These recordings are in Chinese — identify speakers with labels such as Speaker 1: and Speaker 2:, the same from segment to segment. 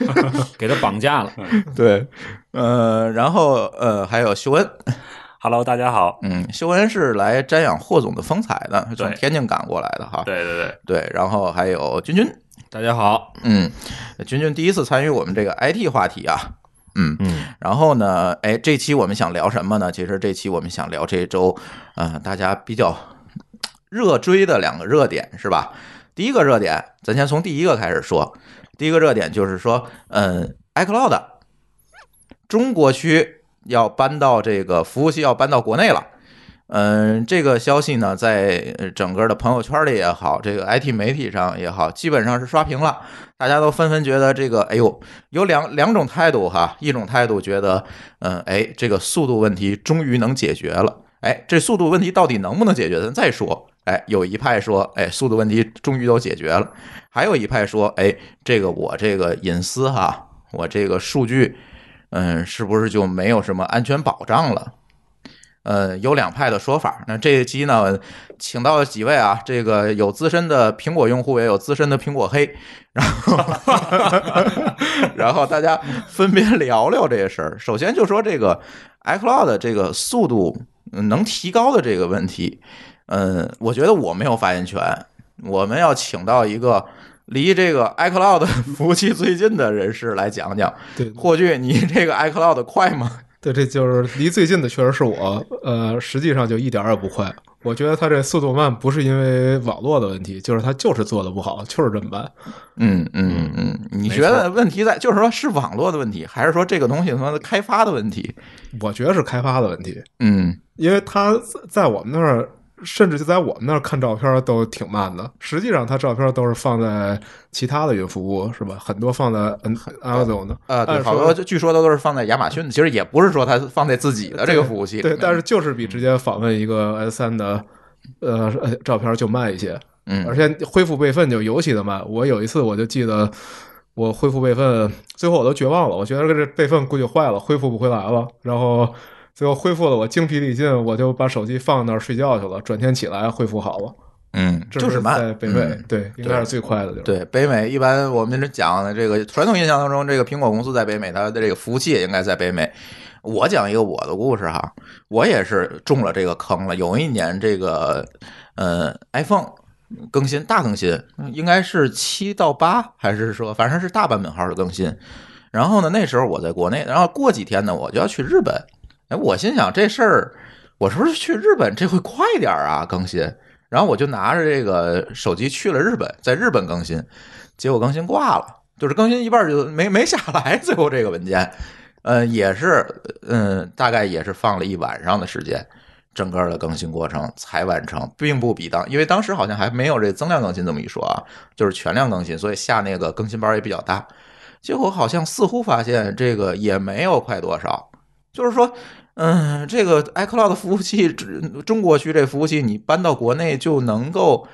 Speaker 1: 给他绑架了。
Speaker 2: 对，呃，然后呃还有秀恩，
Speaker 1: Hello，大家好。
Speaker 2: 嗯，秀恩是来瞻仰霍总的风采的，从
Speaker 1: 对
Speaker 2: 天津赶过来的哈。
Speaker 1: 对对对，
Speaker 2: 对，然后还有君君，
Speaker 1: 大家好。
Speaker 2: 嗯，君君第一次参与我们这个 IT 话题啊，嗯
Speaker 1: 嗯，
Speaker 2: 然后呢，哎，这期我们想聊什么呢？其实这期我们想聊这一周，呃，大家比较热追的两个热点是吧？第一个热点，咱先从第一个开始说。第一个热点就是说，嗯，iCloud 中国区要搬到这个服务器要搬到国内了。嗯，这个消息呢，在呃整个的朋友圈里也好，这个 IT 媒体上也好，基本上是刷屏了。大家都纷纷觉得这个，哎呦，有两两种态度哈，一种态度觉得，嗯，哎，这个速度问题终于能解决了，哎，这速度问题到底能不能解决，咱再说。哎，有一派说，哎，速度问题终于都解决了；还有一派说，哎，这个我这个隐私哈，我这个数据，嗯，是不是就没有什么安全保障了？呃，有两派的说法。那这一期呢，请到了几位啊，这个有资深的苹果用户，也有资深的苹果黑，然后， 然后大家分别聊聊这个事儿。首先就说这个 iCloud 的这个速度嗯能提高的这个问题，嗯，我觉得我没有发言权，我们要请到一个。离这个 iCloud 服务器最近的人士来讲讲，
Speaker 3: 对
Speaker 2: 霍炬，你这个 iCloud 快吗？
Speaker 3: 对，这就是离最近的，确实是我。呃，实际上就一点儿也不快。我觉得它这速度慢不是因为网络的问题，就是它就是做的不好，就是这么慢。
Speaker 2: 嗯嗯嗯，你觉得问题在就是说是网络的问题，还是说这个东西他妈的开发的问题？
Speaker 3: 我觉得是开发的问题，
Speaker 2: 嗯
Speaker 3: 因为它在我们那儿，甚至就在我们那儿看照片都挺慢的。实际上，它照片都是放在其他的云服务，是吧？很多啊放在 N- Amazon 的，
Speaker 2: 呃，
Speaker 3: 按
Speaker 2: 对，
Speaker 3: 说
Speaker 2: 好多就据说都是放在亚马逊的，其实也不是说它放在自己的这个服务器里
Speaker 3: 对，
Speaker 2: 面
Speaker 3: 但是就是比直接访问一个 S 三的呃呃照片就慢一些，
Speaker 2: 嗯，
Speaker 3: 而且恢复备份就尤其的慢。我有一次我就记得我恢复备份，最后我都绝望了，我觉得这备份估计坏了，恢复不回来了。然后最后恢复了，我精疲力尽，我就把手机放那儿睡觉去了。转天起来恢复好了，
Speaker 2: 嗯，
Speaker 3: 这
Speaker 2: 就是慢，
Speaker 3: 在北美、
Speaker 2: 嗯
Speaker 3: 对，应该是最快的就是。
Speaker 2: 对，北美一般我们这讲的这个传统印象当中，这个苹果公司在北美，它的这个服务器也应该在北美。我讲一个我的故事哈，我也是中了这个坑了。有一年这个呃 iPhone 更新大更新，应该是七到八，还是说反正是大版本号的更新。然后呢，那时候我在国内，然后过几天呢，我就要去日本。哎，我心想这事儿，我是不是去日本这会快点儿啊更新？然后我就拿着这个手机去了日本，在日本更新，结果更新挂了，就是更新一半儿就没没下来， 最后这个文件，呃，也是，嗯、大概也是放了一晚上的时间，整个的更新过程才完成，并不比当，因为当时好像还没有这增量更新这么一说啊，就是全量更新，所以下那个更新包也比较大，结果好像似乎发现这个也没有快多少，就是说。嗯，这个 iCloud 服务器，中中国区这服务器，你搬到国内就能够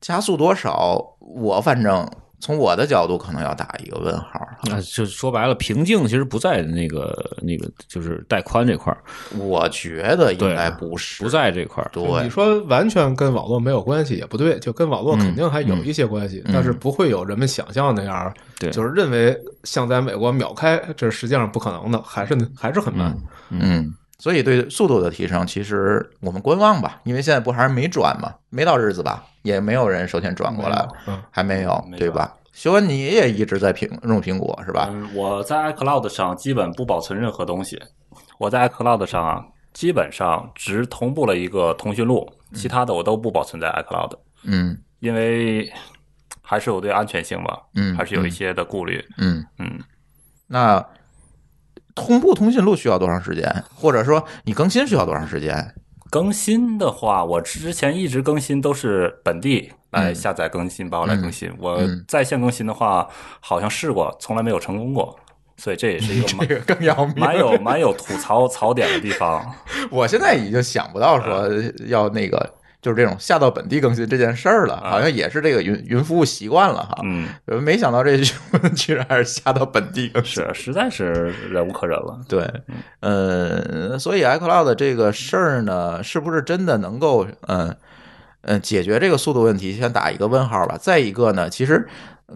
Speaker 2: 加速多少？我反正从我的角度可能要打一个问号。
Speaker 1: 那啊就说白了，瓶颈其实不在那个那个，就是带宽这块儿，
Speaker 2: 我觉得应
Speaker 1: 对啊
Speaker 2: 该不是，
Speaker 1: 不在这块儿。
Speaker 2: 对
Speaker 3: 你，说完全跟网络没有关系也不对，就跟网络肯定还有
Speaker 2: 嗯嗯
Speaker 3: 一些关系，
Speaker 2: 嗯
Speaker 3: 但是不会有人们想象那样，
Speaker 1: 对
Speaker 3: 就是认为像在美国秒开，这实际上不可能的，还是还是很慢。
Speaker 2: 嗯，所以对速度的提升，其实我们观望吧，因为现在不还是没转嘛，没到日子吧，也没有人首先转过来，
Speaker 3: 嗯
Speaker 2: 还没有，
Speaker 4: 没
Speaker 2: 对吧？修文，你也一直在苹用苹果是吧？
Speaker 4: 嗯，我在 iCloud 上基本不保存任何东西。我在 iCloud 上啊，基本上只同步了一个通讯录，其他的我都不保存在 iCloud，
Speaker 2: 嗯
Speaker 4: 因为还是有对安全性吧，
Speaker 2: 嗯，
Speaker 4: 还是有一些的顾虑。
Speaker 2: 嗯，嗯
Speaker 4: 嗯，
Speaker 2: 那同步通讯录需要多长时间？或者说你更新需要多长时间？
Speaker 4: 更新的话，我之前一直更新都是本地来
Speaker 2: 嗯
Speaker 4: 下载更新，把我来更新。我
Speaker 2: 嗯
Speaker 4: 在线更新的话，好像试过，从来没有成功过，所以这也是一个蛮
Speaker 2: 这个更要命。
Speaker 4: 蛮有蛮有吐槽槽点的地方。
Speaker 2: 我现在已经想不到说要那个，就是这种下到本地更新这件事儿了，好像也是这个云云服务习惯了哈。
Speaker 4: 嗯，
Speaker 2: 没想到这句 话居然还是下到本地更新。
Speaker 4: 是，实在是忍无可忍 了。
Speaker 2: 对，呃，所以 iCloud 这个事儿呢，是不是真的能够，嗯嗯，解决这个速度问题，先打一个问号吧。再一个呢，其实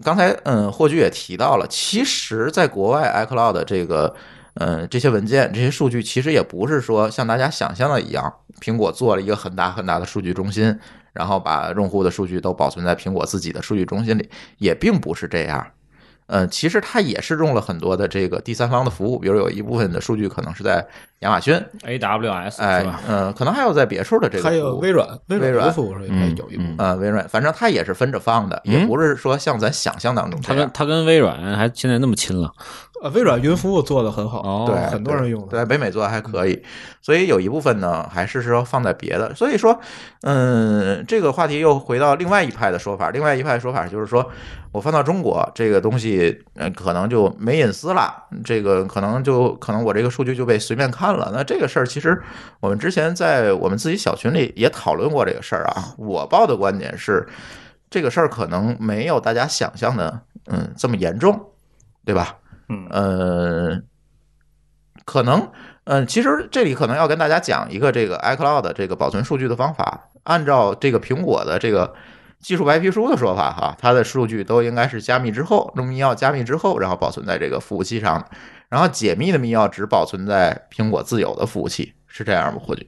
Speaker 2: 刚才嗯，霍局也提到了，其实在国外 iCloud 这个，嗯，这些文件、这些数据，其实也不是说像大家想象的一样，苹果做了一个很大很大的数据中心，然后把用户的数据都保存在苹果自己的数据中心里，也并不是这样。呃，其实它也是用了很多的这个第三方的服务，比如有一部分的数据可能是在亚马逊，
Speaker 1: AWS
Speaker 2: 哎
Speaker 1: 是吧？，
Speaker 2: 嗯、可能还有在别处的这个
Speaker 3: 还
Speaker 2: 服
Speaker 3: 有
Speaker 2: 务，
Speaker 3: 微软，微
Speaker 2: 微
Speaker 3: 软
Speaker 2: 软
Speaker 3: 的服务上应该有一部分
Speaker 1: 嗯。
Speaker 2: 呃，微软，反正它也是分着放的，也
Speaker 1: 嗯
Speaker 2: 不是说像咱想象当中
Speaker 1: 他
Speaker 2: 这
Speaker 1: 跟
Speaker 2: 样。
Speaker 1: 他跟微软还现在那么亲了。
Speaker 3: 呃，微软云服务做的很好，
Speaker 1: 哦
Speaker 2: 对，
Speaker 3: 很多人用嗯
Speaker 2: 对
Speaker 3: 的。
Speaker 2: 在北美做的还可以，所以有一部分呢还是说放在别的。所以说，嗯，这个话题又回到另外一派的说法，另外一派的说法就是说我放到中国这个东西，嗯，可能就没隐私了，这个可能就可能我这个数据就被随便看了。那这个事儿其实我们之前在我们自己小群里也讨论过这个事儿啊。我抱的观点是，这个事儿可能没有大家想象的，嗯，这么严重，对吧？
Speaker 4: 嗯
Speaker 2: 呃，可能，嗯、其实这里可能要跟大家讲一个这个 iCloud 这个保存数据的方法。按照这个苹果的这个技术白皮书的说法哈，它的数据都应该是加密之后，用密钥加密之后，然后保存在这个服务器上的。然后解密的密钥只保存在苹果自有的服务器，是这样吗？或许，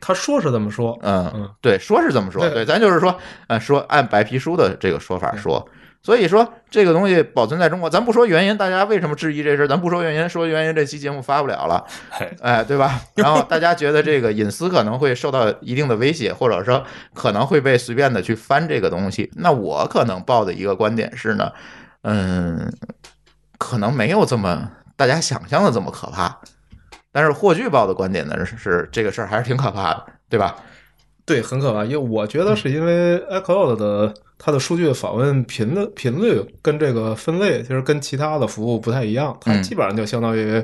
Speaker 3: 他说是这么说，
Speaker 2: 嗯
Speaker 3: 嗯，
Speaker 2: 对，说是这么说，
Speaker 3: 对
Speaker 2: 对，咱就是说，呃，说按白皮书的这个说法说，所以说这个东西保存在中国，咱不说原因，大家为什么质疑这事儿，咱不说原因，说原因这期节目发不了了，
Speaker 4: 嘿，
Speaker 2: 哎，对吧？然后大家觉得这个隐私可能会受到一定的威胁，或者说可能会被随便的去翻这个东 西。那我可能抱的一个观点是呢，嗯，可能没有这么大家想象的这么可怕。但是霍炬抱的观点呢是是这个事儿还是挺可怕的，对吧？
Speaker 3: 对，很可怕。因为我觉得是因为 iCloud 的它的数据访问频的频率跟这个分类，其实跟其他的服务不太一样，它
Speaker 2: 嗯
Speaker 3: 基本上就相当于，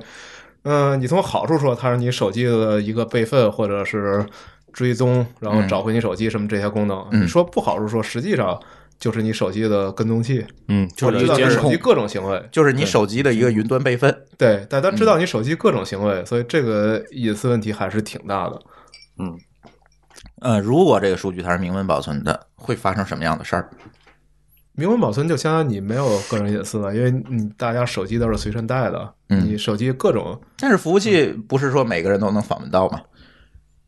Speaker 3: 嗯、你从好处说，它是你手机的一个备份或者是追踪，然后
Speaker 2: 嗯
Speaker 3: 找回你手机什么这些功能。
Speaker 2: 嗯
Speaker 3: 你说不好处说，实际上就是你手机的跟踪器，
Speaker 1: 嗯，
Speaker 3: 我
Speaker 1: 是
Speaker 3: 知道你
Speaker 1: 监
Speaker 3: 手
Speaker 1: 控
Speaker 3: 机。各种行为。
Speaker 2: 就是你手机的一个云端备份。
Speaker 3: 对，但他知
Speaker 2: 嗯
Speaker 3: 道你手机各种行为，所以这个隐私问题还是挺大的。
Speaker 2: 呃，如果这个数据它是明文保存的，会发生什么样的事儿？
Speaker 3: 明文保存就相当于你没有个人隐私了，因为你大家手机都是随身带的，
Speaker 2: 嗯
Speaker 3: 你手机各种，
Speaker 2: 但是服务器不是说每个人都能访问到吗？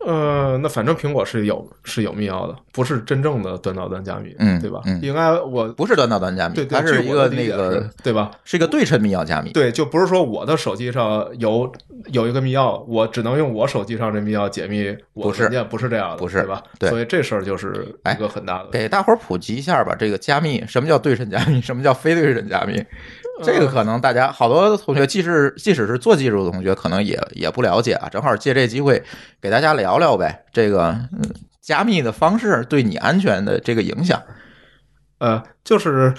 Speaker 3: 呃，那反正苹果是有是有密钥的，不是真正的端到端加密，
Speaker 2: 嗯
Speaker 3: 对吧？
Speaker 2: 嗯
Speaker 3: 应该我
Speaker 2: 不是端到端加密，
Speaker 3: 对对，
Speaker 2: 它是
Speaker 3: 据
Speaker 2: 一
Speaker 3: 我
Speaker 2: 个
Speaker 3: 的理
Speaker 2: 那
Speaker 3: 解
Speaker 2: 个
Speaker 3: 是对吧？
Speaker 2: 是一个对称密钥加密。
Speaker 3: 对，就不是说我的手机上有有一个密钥，我只能用我手机上这密钥解密我
Speaker 2: 不
Speaker 3: 的
Speaker 2: 是
Speaker 3: 文件，不是这样的，
Speaker 2: 不是
Speaker 3: 对吧？
Speaker 2: 对
Speaker 3: 所以这事儿就是
Speaker 2: 哎
Speaker 3: 一个很大的，
Speaker 2: 给大伙儿普及一下吧，这个加密，什么叫对称加密， 什么叫非对称加密？
Speaker 3: 呃
Speaker 2: 这个可能大家好多同学，即使即使是做技术的同学，可能也也不了解啊。正好借这机会给大家聊聊呗，这个嗯加密的方式对你安全的这个影响。
Speaker 3: 呃，就是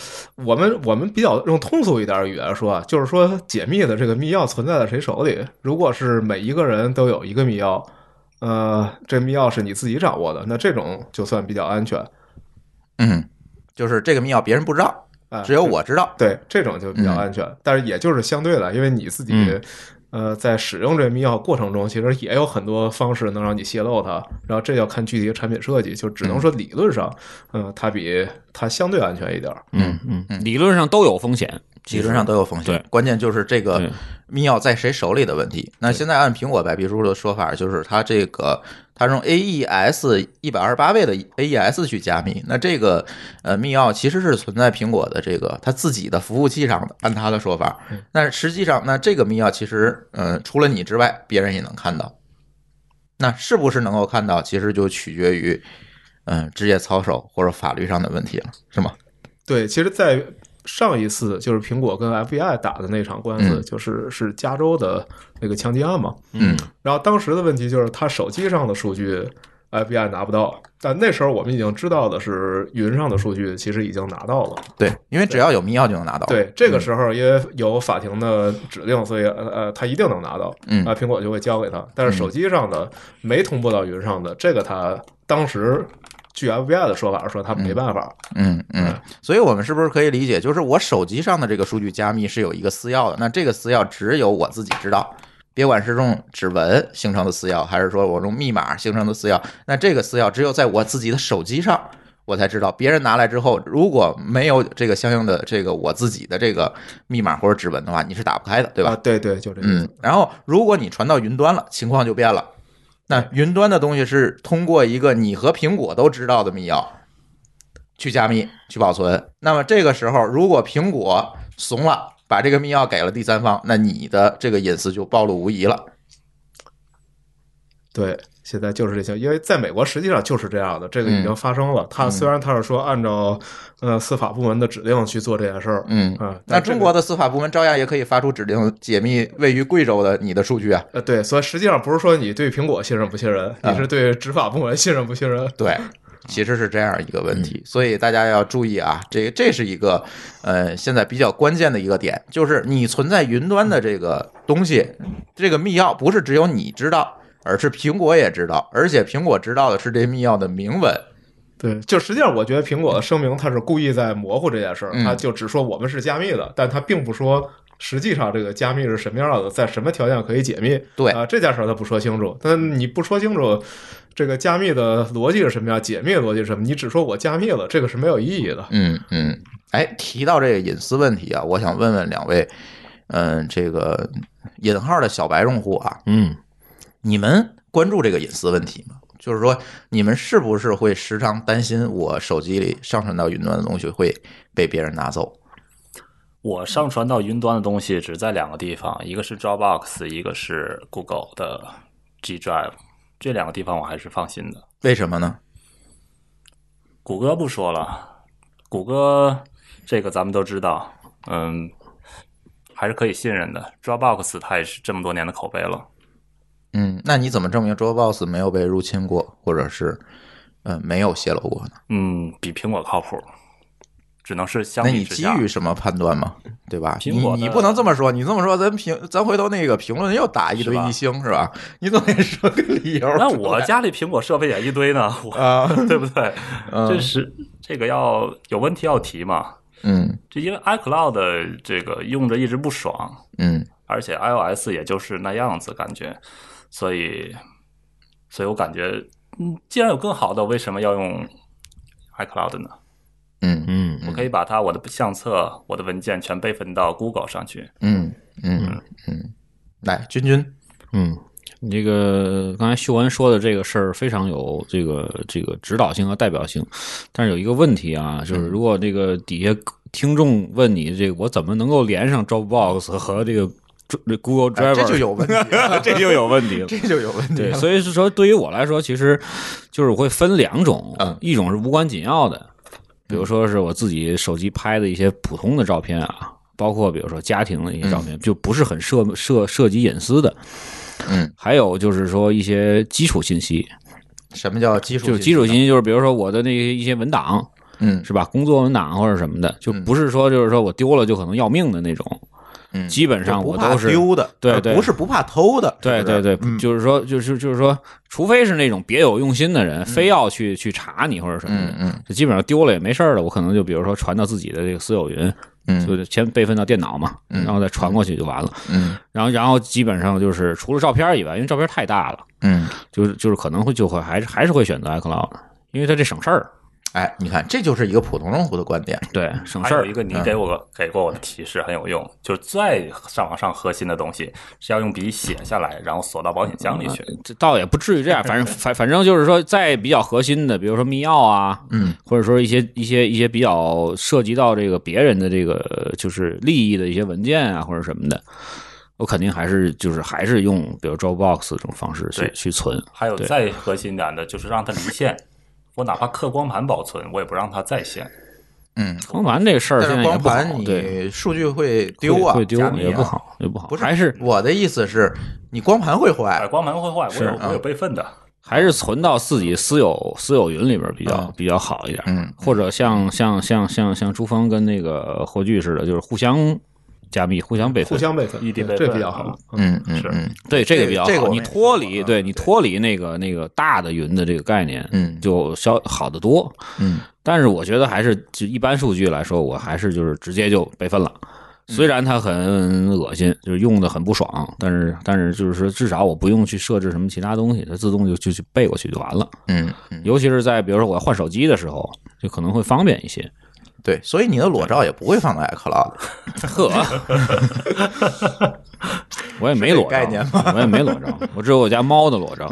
Speaker 3: 我们我们比较用通俗一点的语言说啊，就是说解密的这个密钥存在在谁手里？如果是每一个人都有一个密钥，呃，这密钥是你自己掌握的，那这种就算比较安全。
Speaker 2: 嗯，就是这个密钥别人不知道，
Speaker 3: 哎
Speaker 2: 只有我知道。
Speaker 3: 对这种就比较
Speaker 2: 嗯
Speaker 3: 安全，但是也就是相对的，因为你自己、
Speaker 2: 嗯
Speaker 3: 呃在使用这密钥过程中，其实也有很多方式能让你泄露它，然后这要看具体的产品设计，就只能说理论上，嗯、它比它相对安全一点儿。
Speaker 1: 嗯嗯，理论上都有风险，
Speaker 2: 理论上都有风
Speaker 1: 对
Speaker 2: 险，关键就是这个
Speaker 1: 对
Speaker 2: 密钥在谁手里的问题。那现在按苹果白皮书的说法，就是它这个它用 AES 一百二十八位的 AES 去加密，那这个呃密钥其实是存在苹果的这个它自己的服务器上的，按它的说法。
Speaker 1: 嗯
Speaker 2: 那实际上，那这个密钥其实呃除了你之外，别人也能看到。那是不是能够看到，其实就取决于嗯、呃职业操守或者法律上的问题了，是吗？
Speaker 3: 对，其实，在上一次就是苹果跟 FBI 打的那场官司，
Speaker 2: 嗯
Speaker 3: 就是是加州的那个枪击案嘛。
Speaker 2: 嗯
Speaker 3: 然后当时的问题就是，他手机上的数据 FBI 拿不到，但那时候我们已经知道的是，云上的数据其实已经拿到了。
Speaker 2: 对，因为只要有密钥就能拿到。
Speaker 3: 对，这
Speaker 2: 嗯
Speaker 3: 个时候因为有法庭的指令，所以呃呃，他一定能拿到，
Speaker 2: 嗯
Speaker 3: 啊，苹果就会交给他。但是手机上的没同步到云上的，这个他当时据 FBI 的说法说他没办法，
Speaker 2: 嗯嗯，所以我们是不是可以理解，就是我手机上的这个数据加密是有一个私钥的，那这个私钥只有我自己知道，别管是用指纹形成的私钥，还是说我用密码形成的私钥，那这个私钥只有在我自己的手机上。我才知道，别人拿来之后，如果没有这个相应的这个我自己的这个密码或者指纹的话，你是打不开的，对吧
Speaker 3: 啊，？对对，就这个意
Speaker 2: 嗯
Speaker 3: 思。，
Speaker 2: 然后如果你传到云端了，情况就变了。那云端的东西是通过一个你和苹果都知道的密钥去加密、去保存。那么这个时候，如果苹果怂了，把这个密钥给了第三方，那你的这个隐私就暴露无遗了。
Speaker 3: 对。现在就是这些，因为在美国实际上就是这样的，这个已经
Speaker 2: 嗯
Speaker 3: 发生了。他虽然他是说按照呃司法部门的指令去做这件事儿，
Speaker 2: 嗯
Speaker 3: 啊，
Speaker 2: 那
Speaker 3: 但这
Speaker 2: 中
Speaker 3: 个
Speaker 2: 国的司法部门照样也可以发出指令解密位于贵州的你的数据啊。
Speaker 3: 呃对，所以实际上不是说你对苹果信任不信任，你是对执法部门信任不信任。
Speaker 2: 对，其实是这样一个问题，所以大家要注意啊，这这是一个呃现在比较关键的一个点，就是你存在云端的这个东西，这个密钥不是只有你知道，而是苹果也知道，而且苹果知道的是这密钥的明文。
Speaker 3: 对，就实际上我觉得苹果的声明它是故意在模糊这件事儿，
Speaker 2: 嗯
Speaker 3: 它就只说我们是加密的，但它并不说实际上这个加密是什么样的，在什么条件可以解密。
Speaker 2: 对
Speaker 3: 啊、这件事儿它不说清楚，但你不说清楚这个加密的逻辑是什么样，解密的逻辑是什么，你只说我加密了，这个是没有意义的。
Speaker 2: 嗯嗯，哎，提到这个隐私问题啊，我想问问两位，嗯、这个引号的小白用户啊，
Speaker 1: 嗯，
Speaker 2: 你们关注这个隐私问题吗？就是说，你们是不是会时常担心我手机里上传到云端的东西会被别人拿走？
Speaker 4: 我上传到云端的东西只在两个地方，一个是 Dropbox，一个是 Google 的 G Drive，这两个地方我还是放心的。
Speaker 2: 为什么呢？
Speaker 4: 谷歌不说了，谷歌这个咱们都知道，嗯，还是可以信任的。Dropbox 它也是这么多年的口碑了，
Speaker 2: 嗯，那你怎么证明 Dropbox 没有被入侵过，或者是呃没有泄露过呢？
Speaker 4: 嗯，比苹果靠谱，只能是相
Speaker 2: 那
Speaker 4: 比
Speaker 2: 你
Speaker 4: 之
Speaker 2: 基
Speaker 4: 下。
Speaker 2: 于什么判断吗？对吧？你
Speaker 4: 苹果的
Speaker 2: 你不能这么说，你这么说，咱评咱回头那个评论又打一堆
Speaker 4: 是吧
Speaker 2: 一星是吧？你总得说个理由出来。
Speaker 4: 那我家里苹果设备也一堆呢，我、
Speaker 2: 啊，
Speaker 4: 对不对？
Speaker 2: 嗯
Speaker 4: 这是这个要有问题要提嘛？
Speaker 2: 嗯
Speaker 4: 这因为 iCloud 的这个用着一直不爽，
Speaker 2: 嗯
Speaker 4: 而且 iOS 也就是那样子感觉，所以，所以我感觉，嗯，既然有更好的，为什么要用 iCloud 呢？
Speaker 2: 嗯嗯
Speaker 1: 嗯
Speaker 4: 我可以把它我的相册、我的文件全备份到 Google 上去。
Speaker 2: 嗯嗯嗯，来，君君，
Speaker 1: 嗯，你这个刚才秀文说的这个事儿非常有这个这个指导性和代表性，但是有一个问题啊，
Speaker 2: 嗯
Speaker 1: 就是如果这个底下听众问你这个我怎么能够连上 Dropbox 和这个 Google
Speaker 2: 哎
Speaker 1: Drive，、
Speaker 2: 这就有问题 了，
Speaker 1: 这就有问题了。
Speaker 2: 这就有问题
Speaker 1: 对，
Speaker 2: 了。
Speaker 1: 所以是说，对于我来说，其实就是我会分两种，
Speaker 2: 嗯
Speaker 1: 一种是无关紧要的，比如说是我自己手机拍的一些普通的照片啊，包括比如说家庭的一些照片，就不是很涉涉涉及隐私的。
Speaker 2: 嗯，
Speaker 1: 还有就是说一些基础信息，
Speaker 2: 什么叫基础？啊
Speaker 1: 就是基础信，息，就是比如说我的那些一些文档
Speaker 2: 嗯
Speaker 1: 是吧，工作文档或者什么的，就不是说就是说我丢了就可能要命的那种。
Speaker 2: 嗯
Speaker 1: 基本上
Speaker 2: 不
Speaker 1: 我
Speaker 2: 怕
Speaker 1: 都是
Speaker 2: 丢的，
Speaker 1: 对
Speaker 2: 而
Speaker 1: 对
Speaker 2: 不是不怕偷的，
Speaker 1: 对
Speaker 2: 是不是
Speaker 1: 对对，
Speaker 3: 嗯
Speaker 1: 就是说，就是就是说，除非是那种别有用心的人，非要去去查你或者什么
Speaker 2: 嗯
Speaker 1: 的，
Speaker 2: 嗯
Speaker 1: 就基本上丢了也没事儿了。我可能就比如说传到自己的这个私有云，
Speaker 2: 嗯
Speaker 1: 就先备份到电脑嘛，
Speaker 2: 嗯
Speaker 1: 然后再传过去就完了。
Speaker 2: 嗯
Speaker 1: 然后然后基本上就是除了照片以外，因为照片太大了，
Speaker 2: 嗯，
Speaker 1: 就是就是可能会就会还是还是会选择 iCloud，因为它这省事儿，
Speaker 2: 哎，你看，这就是一个普通用户的观点，
Speaker 1: 对，省
Speaker 4: 还
Speaker 1: 事
Speaker 4: 有
Speaker 1: 儿嗯
Speaker 4: 一。个你给我个给过我的提示很有用，就是再上往上核心的东西是要用笔写下来，然后锁到保险箱里去。
Speaker 1: 这倒也不至于这样，反正反反正就是说，在比较核心的，比如说密钥啊，
Speaker 2: 嗯，
Speaker 1: 或者说一些一些一些比较涉及到这个别人的这个呃就是利益的一些文件啊或者什么的，我肯定还是就是还是用比如 Dropbox 这种方式去
Speaker 4: 对
Speaker 1: 去存。
Speaker 4: 还有
Speaker 1: 对
Speaker 4: 再核心点的，就是让它离线。我哪怕刻光盘保存，我也不让它在线。
Speaker 2: 嗯，
Speaker 1: 光盘这个事儿
Speaker 2: 但
Speaker 1: 现在
Speaker 2: 是
Speaker 1: 也
Speaker 2: 光
Speaker 1: 不好
Speaker 2: 盘
Speaker 1: 对，
Speaker 2: 你数据会丢啊，
Speaker 1: 会会丢
Speaker 2: 加密啊
Speaker 1: 也不。好，也不好，
Speaker 2: 不是
Speaker 1: 还是
Speaker 2: 我的意思是，你光盘会坏
Speaker 4: 哎，，光盘会坏，我有
Speaker 1: 是啊
Speaker 4: 我有备份的。
Speaker 1: 还是存到自己私有私有云里边比较
Speaker 2: 嗯
Speaker 1: 比较好一点。
Speaker 2: 嗯，
Speaker 1: 或者像像像像像朱峰跟那个霍炬似的，就是互相加密、互相备份
Speaker 3: 互。相备份，
Speaker 4: 异地
Speaker 3: 对
Speaker 4: 备
Speaker 3: 这
Speaker 4: 份
Speaker 3: 比较
Speaker 4: 啊
Speaker 3: 好。
Speaker 2: 嗯嗯
Speaker 4: 是
Speaker 2: 嗯
Speaker 1: 对，这个比较
Speaker 2: 这个
Speaker 1: 好。
Speaker 2: 我
Speaker 1: 你
Speaker 2: 也说
Speaker 1: 脱离，
Speaker 2: 过
Speaker 1: 对
Speaker 2: 嗯
Speaker 1: 你脱离那个那个大的云的这个概念，
Speaker 2: 嗯
Speaker 1: 就消好得多。
Speaker 2: 嗯，
Speaker 1: 但是我觉得还是就一般数据来说，我还是就是直接就备份了。
Speaker 2: 嗯
Speaker 1: 虽然它很恶心，就是用的很不爽，但是但是就是说，至少我不用去设置什么其他东西，它自动就就去背过去就完了。
Speaker 2: 嗯嗯，
Speaker 1: 尤其是在比如说我要换手机的时候，就可能会方便一 些。
Speaker 2: 对，所以你的裸照也不会放在 iCloud，
Speaker 1: 呵，我也没裸照，
Speaker 2: 是这个概念吗
Speaker 1: 我也没裸照，我只有我家猫的裸 照。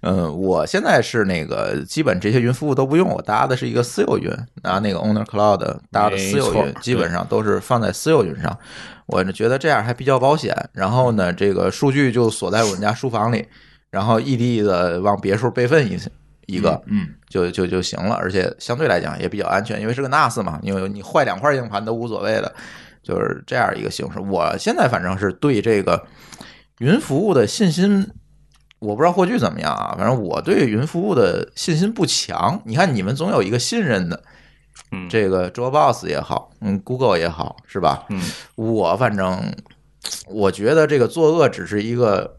Speaker 2: 嗯，我现在是那个基本这些云服务都不用，我搭的是一个私有云，拿那个 Owner Cloud 搭的私有
Speaker 1: 没
Speaker 2: 云
Speaker 1: 错，
Speaker 2: 基本上都是放在私有云上，我是觉得这样还比较保险。然后呢，这个数据就锁在我们家书房里，然后异地的往别处备份一一个，
Speaker 1: 嗯，
Speaker 2: 就就就行了，而且相对来讲也比较安全，因为是个 NAS 嘛，因为你坏两块硬盘都无所谓的，就是这样一个形式。我现在反正是对这个云服务的信心，我不知道霍炬怎么样啊，反正我对云服务的信心不强。你看你们总有一个信任的，
Speaker 4: 嗯，
Speaker 2: 这个 Dropbox 也好，嗯，Google 也好，是吧？
Speaker 4: 嗯，
Speaker 2: 我反正我觉得这个作恶只是一个。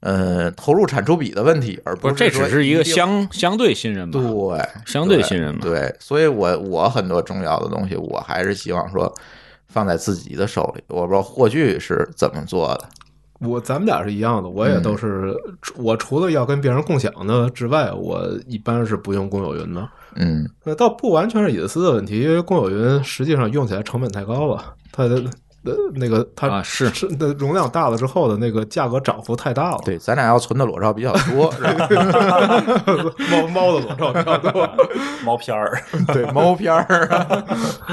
Speaker 2: 呃，投入产出比的问题，而
Speaker 1: 不是，
Speaker 2: 是
Speaker 1: 这
Speaker 2: 说
Speaker 1: 只是一个
Speaker 2: 定
Speaker 1: 相相对信任吧，
Speaker 2: 对
Speaker 1: 相对信任嘛。
Speaker 2: 对，所以我我很多重要的东西，我还是希望说放在自己的手里。我不知道霍炬是怎么做的，
Speaker 3: 我咱们俩是一样的，我
Speaker 2: 嗯
Speaker 3: 也都是，我除了要跟别人共享的之外，我一般是不用公有云的。
Speaker 2: 嗯
Speaker 3: 呃，倒不完全是隐私的问题，因为公有云实际上用起来成本太高了，它的呃那个它
Speaker 1: 啊是
Speaker 3: 是那容量大了之后的那个价格涨幅太大了。，
Speaker 2: 对，咱俩要存的裸照比较 多，是吧
Speaker 3: 猫猫的裸照比较多。
Speaker 4: 猫片儿，
Speaker 2: 对，猫片儿、啊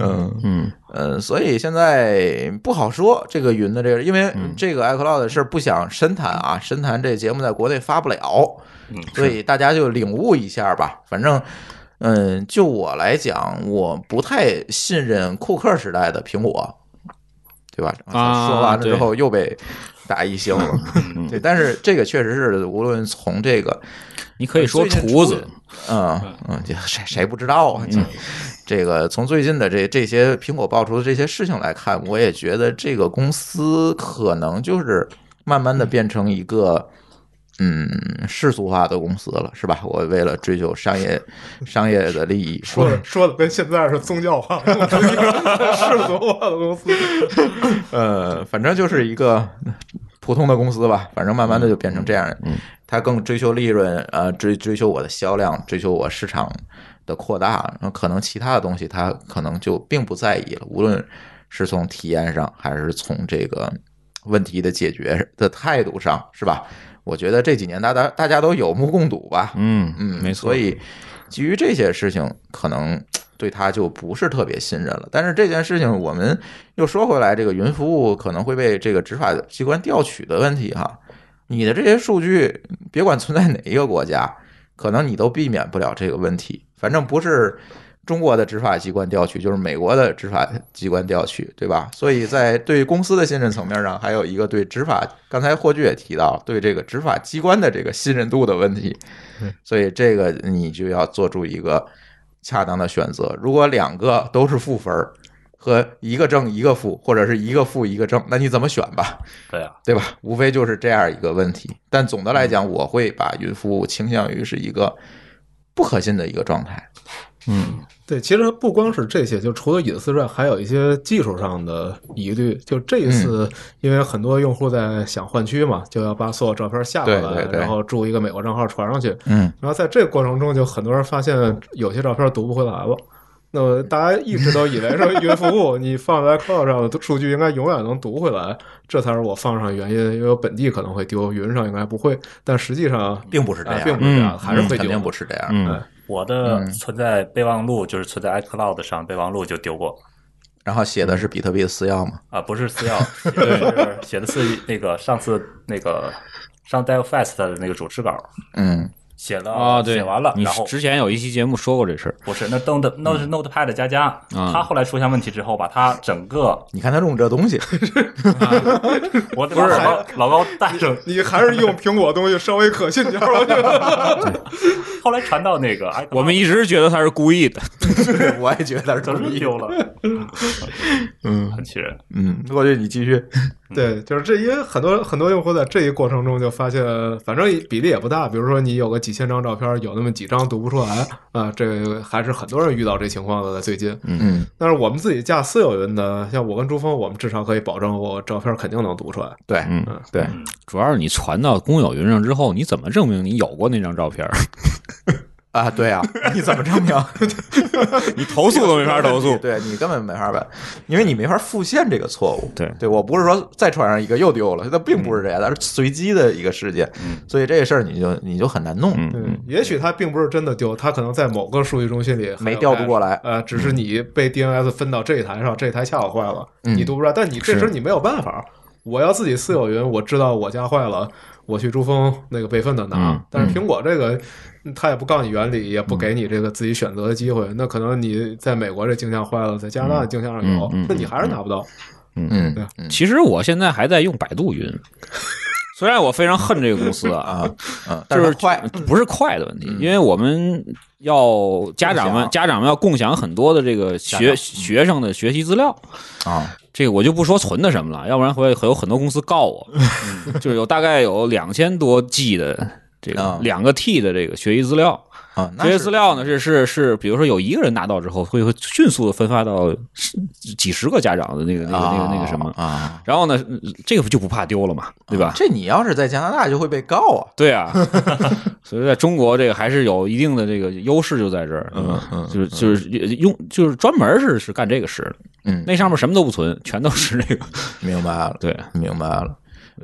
Speaker 2: 嗯
Speaker 1: 嗯，
Speaker 2: 嗯，所以现在不好说这个云的这个，因为
Speaker 1: 嗯
Speaker 2: 这个 iCloud 的事儿不想深谈啊，深谈这节目在国内发不了，
Speaker 4: 嗯，
Speaker 2: 所以大家就领悟一下吧。反正，嗯，就我来讲，我不太信任库克时代的苹果，对吧？
Speaker 1: 啊
Speaker 2: 说完了之后又被打一星了。
Speaker 1: 嗯
Speaker 2: 对，但是这个确实是，无论从这个，
Speaker 1: 你可以说
Speaker 2: 最近
Speaker 1: 厨
Speaker 2: 出
Speaker 1: 子
Speaker 2: 的，嗯嗯，这谁谁不知道啊？这这个从最近的这这些苹果爆出的这些事情来看，我也觉得这个公司可能就是慢慢的变成一个。嗯，世俗化的公司了，是吧？我为了追求商业商业的利益，
Speaker 3: 说的说的跟现在是宗教化的公司，世俗化的公司。
Speaker 2: 呃，反正就是一个普通的公司吧，反正慢慢的就变成这样。它更追求利润，呃，追追求我的销量，追求我市场的扩大，然后可能其他的东西它可能就并不在意了，无论是从体验上，还是从这个问题的解决的态度上，是吧？我觉得这几年大家大家都有目共睹吧，
Speaker 1: 嗯
Speaker 2: 嗯，
Speaker 1: 没错。
Speaker 2: 所以基于这些事情，可能对他就不是特别信任了。但是这件事情，我们又说回来，这个云服务可能会被这个执法机关调取的问题哈。你的这些数据，别管存在哪一个国家，可能你都避免不了这个问题。反正不是中国的执法机关调取，就是美国的执法机关调取，对吧？所以在对公司的信任层面上，还有一个对执法，刚才霍炬也提到，对这个执法机关的这个信任度的问题。所以这个你就要做出一个恰当的选择。如果两个都是负分儿，和一个正一个负，或者是一个负一个正，那你怎么选吧？
Speaker 4: 对啊，
Speaker 2: 对吧？无非就是这样一个问题。但总的来讲，我会把云服务倾向于是一个不可信的一个状态。
Speaker 3: 对，其实不光是这些，就除了隐私之外，还有一些技术上的疑虑。就这一
Speaker 2: 嗯
Speaker 3: 次，因为很多用户在想换区嘛，就要把所有照片下下来，
Speaker 2: 对对对
Speaker 3: 然后注一个美国账号传上去。
Speaker 2: 嗯，
Speaker 3: 然后在这个过程中，就很多人发现有些照片读不回来了。那么大家一直都以为说云服务 你放在 Cloud 上的数据应该永远能读回来，这才是我放上的原因，因为我本地可能会丢，云上应该不会。但实际上
Speaker 2: 并不是这样
Speaker 3: 啊并不是这样，
Speaker 1: 嗯
Speaker 3: 还是会
Speaker 2: 肯
Speaker 3: 丢的
Speaker 2: 定。不是这样。
Speaker 1: 嗯，
Speaker 4: 我的存在备忘录就是存在 iCloud 上备忘录就丢过
Speaker 2: 然后写的是比特币的私钥嘛？
Speaker 4: 啊，不 是私钥，写的是写的是那个上次那个上 Dive Fest 的那个主持稿，
Speaker 2: 嗯，
Speaker 4: 写了
Speaker 1: 啊，对，
Speaker 4: 写完了，
Speaker 1: 你嗯
Speaker 4: 然后
Speaker 1: 之前有一期节目说过这事儿，
Speaker 4: 不是那 Note Note Notepad 加加，
Speaker 1: 嗯
Speaker 4: 他后来出现问题之后，把他 整个
Speaker 2: 你看他用这东西，
Speaker 4: 我得把老高老高带上，
Speaker 3: 你还是用苹果东西稍微可信点儿我觉 得。
Speaker 4: 后来传到那个 iCloud，
Speaker 1: 我们一直觉得他是故意的。
Speaker 2: 我也觉得是
Speaker 4: 早
Speaker 2: 故
Speaker 4: 就
Speaker 2: 意。
Speaker 4: 丢了，嗯，很气人，
Speaker 2: 嗯，过去你继续。
Speaker 3: 对，就是这，因为很多很多用户在这一过程中就发现，反正比例也不大。比如说你有个几千张照片，有那么几张读不出来啊，这个还是很多人遇到这情况的。在最近，
Speaker 2: 嗯，
Speaker 3: 但是我们自己架私有云呢，像我跟朱峰，我们至少可以保证我照片肯定能读出来。
Speaker 2: 对，
Speaker 1: 嗯
Speaker 2: 对，
Speaker 1: 主要是你传到公有云上之后，你怎么证明你有过那张照 片？
Speaker 2: 啊，对啊，你怎么证明？
Speaker 1: 你投诉都没法投诉。
Speaker 2: 对你根本没法办，因为你没法复现这个错误。
Speaker 1: 对嗯
Speaker 2: 对我不是说再传上一个又丢了，它并不是这样，它是随机的一个事件，所以这个事儿你就你就很难弄。
Speaker 1: 嗯
Speaker 3: 嗯，也许它并不是真的丢，它可能在某个数据中心里还有
Speaker 2: 没调度过来
Speaker 3: hash，呃，只是你被 DNS 分到这一台上，这一台恰好坏了，
Speaker 2: 嗯
Speaker 3: 你读不出来，但你这时候你没有办法。我要自己私有云，我知道我家坏了，我去珠峰那个备份的拿。
Speaker 1: 嗯
Speaker 3: 但是苹果这个，它也不告你原理，也不给你这个自己选择的机会。那可能你在美国这镜像坏了，在加拿大的镜像上有，
Speaker 1: 嗯嗯嗯
Speaker 3: 那你还是拿不到。
Speaker 2: 嗯
Speaker 3: 对
Speaker 2: 嗯
Speaker 1: 其实我现在还在用百度云，虽然我非常恨这个公司啊，
Speaker 2: 啊嗯，但
Speaker 1: 就是是
Speaker 2: 它快，
Speaker 1: 不是快的问题，因为我们要家长
Speaker 2: 共
Speaker 1: 们
Speaker 2: 享
Speaker 1: 家长们要共享很多的这个学学生的学习资料，
Speaker 2: 啊，
Speaker 1: 这个我就不说存的什么了，要不然会会有很多公司告 我，就是有大概有两千多 G 的这个
Speaker 2: 啊
Speaker 1: 两个 T 的这个学习资料，
Speaker 2: 啊，那
Speaker 1: 这些
Speaker 2: 是
Speaker 1: 资料呢是是是，比如说有一个人拿到之后，会会迅速的分发到十几十个家长的那个那个那个那个什么，
Speaker 2: 啊，
Speaker 1: 然后呢，这个就不怕丢了嘛，对吧？
Speaker 2: 这你要是在加拿大就会被告啊。
Speaker 1: 对啊， 所以在中国这个还是有一定的这个优势，就在这儿，嗯
Speaker 2: 嗯
Speaker 1: 就是就是用就是专门是是干这个事的，
Speaker 2: 嗯，
Speaker 1: 那上面什么都不存，全都是这个，
Speaker 2: 明白了。
Speaker 1: 对，
Speaker 2: 明白了。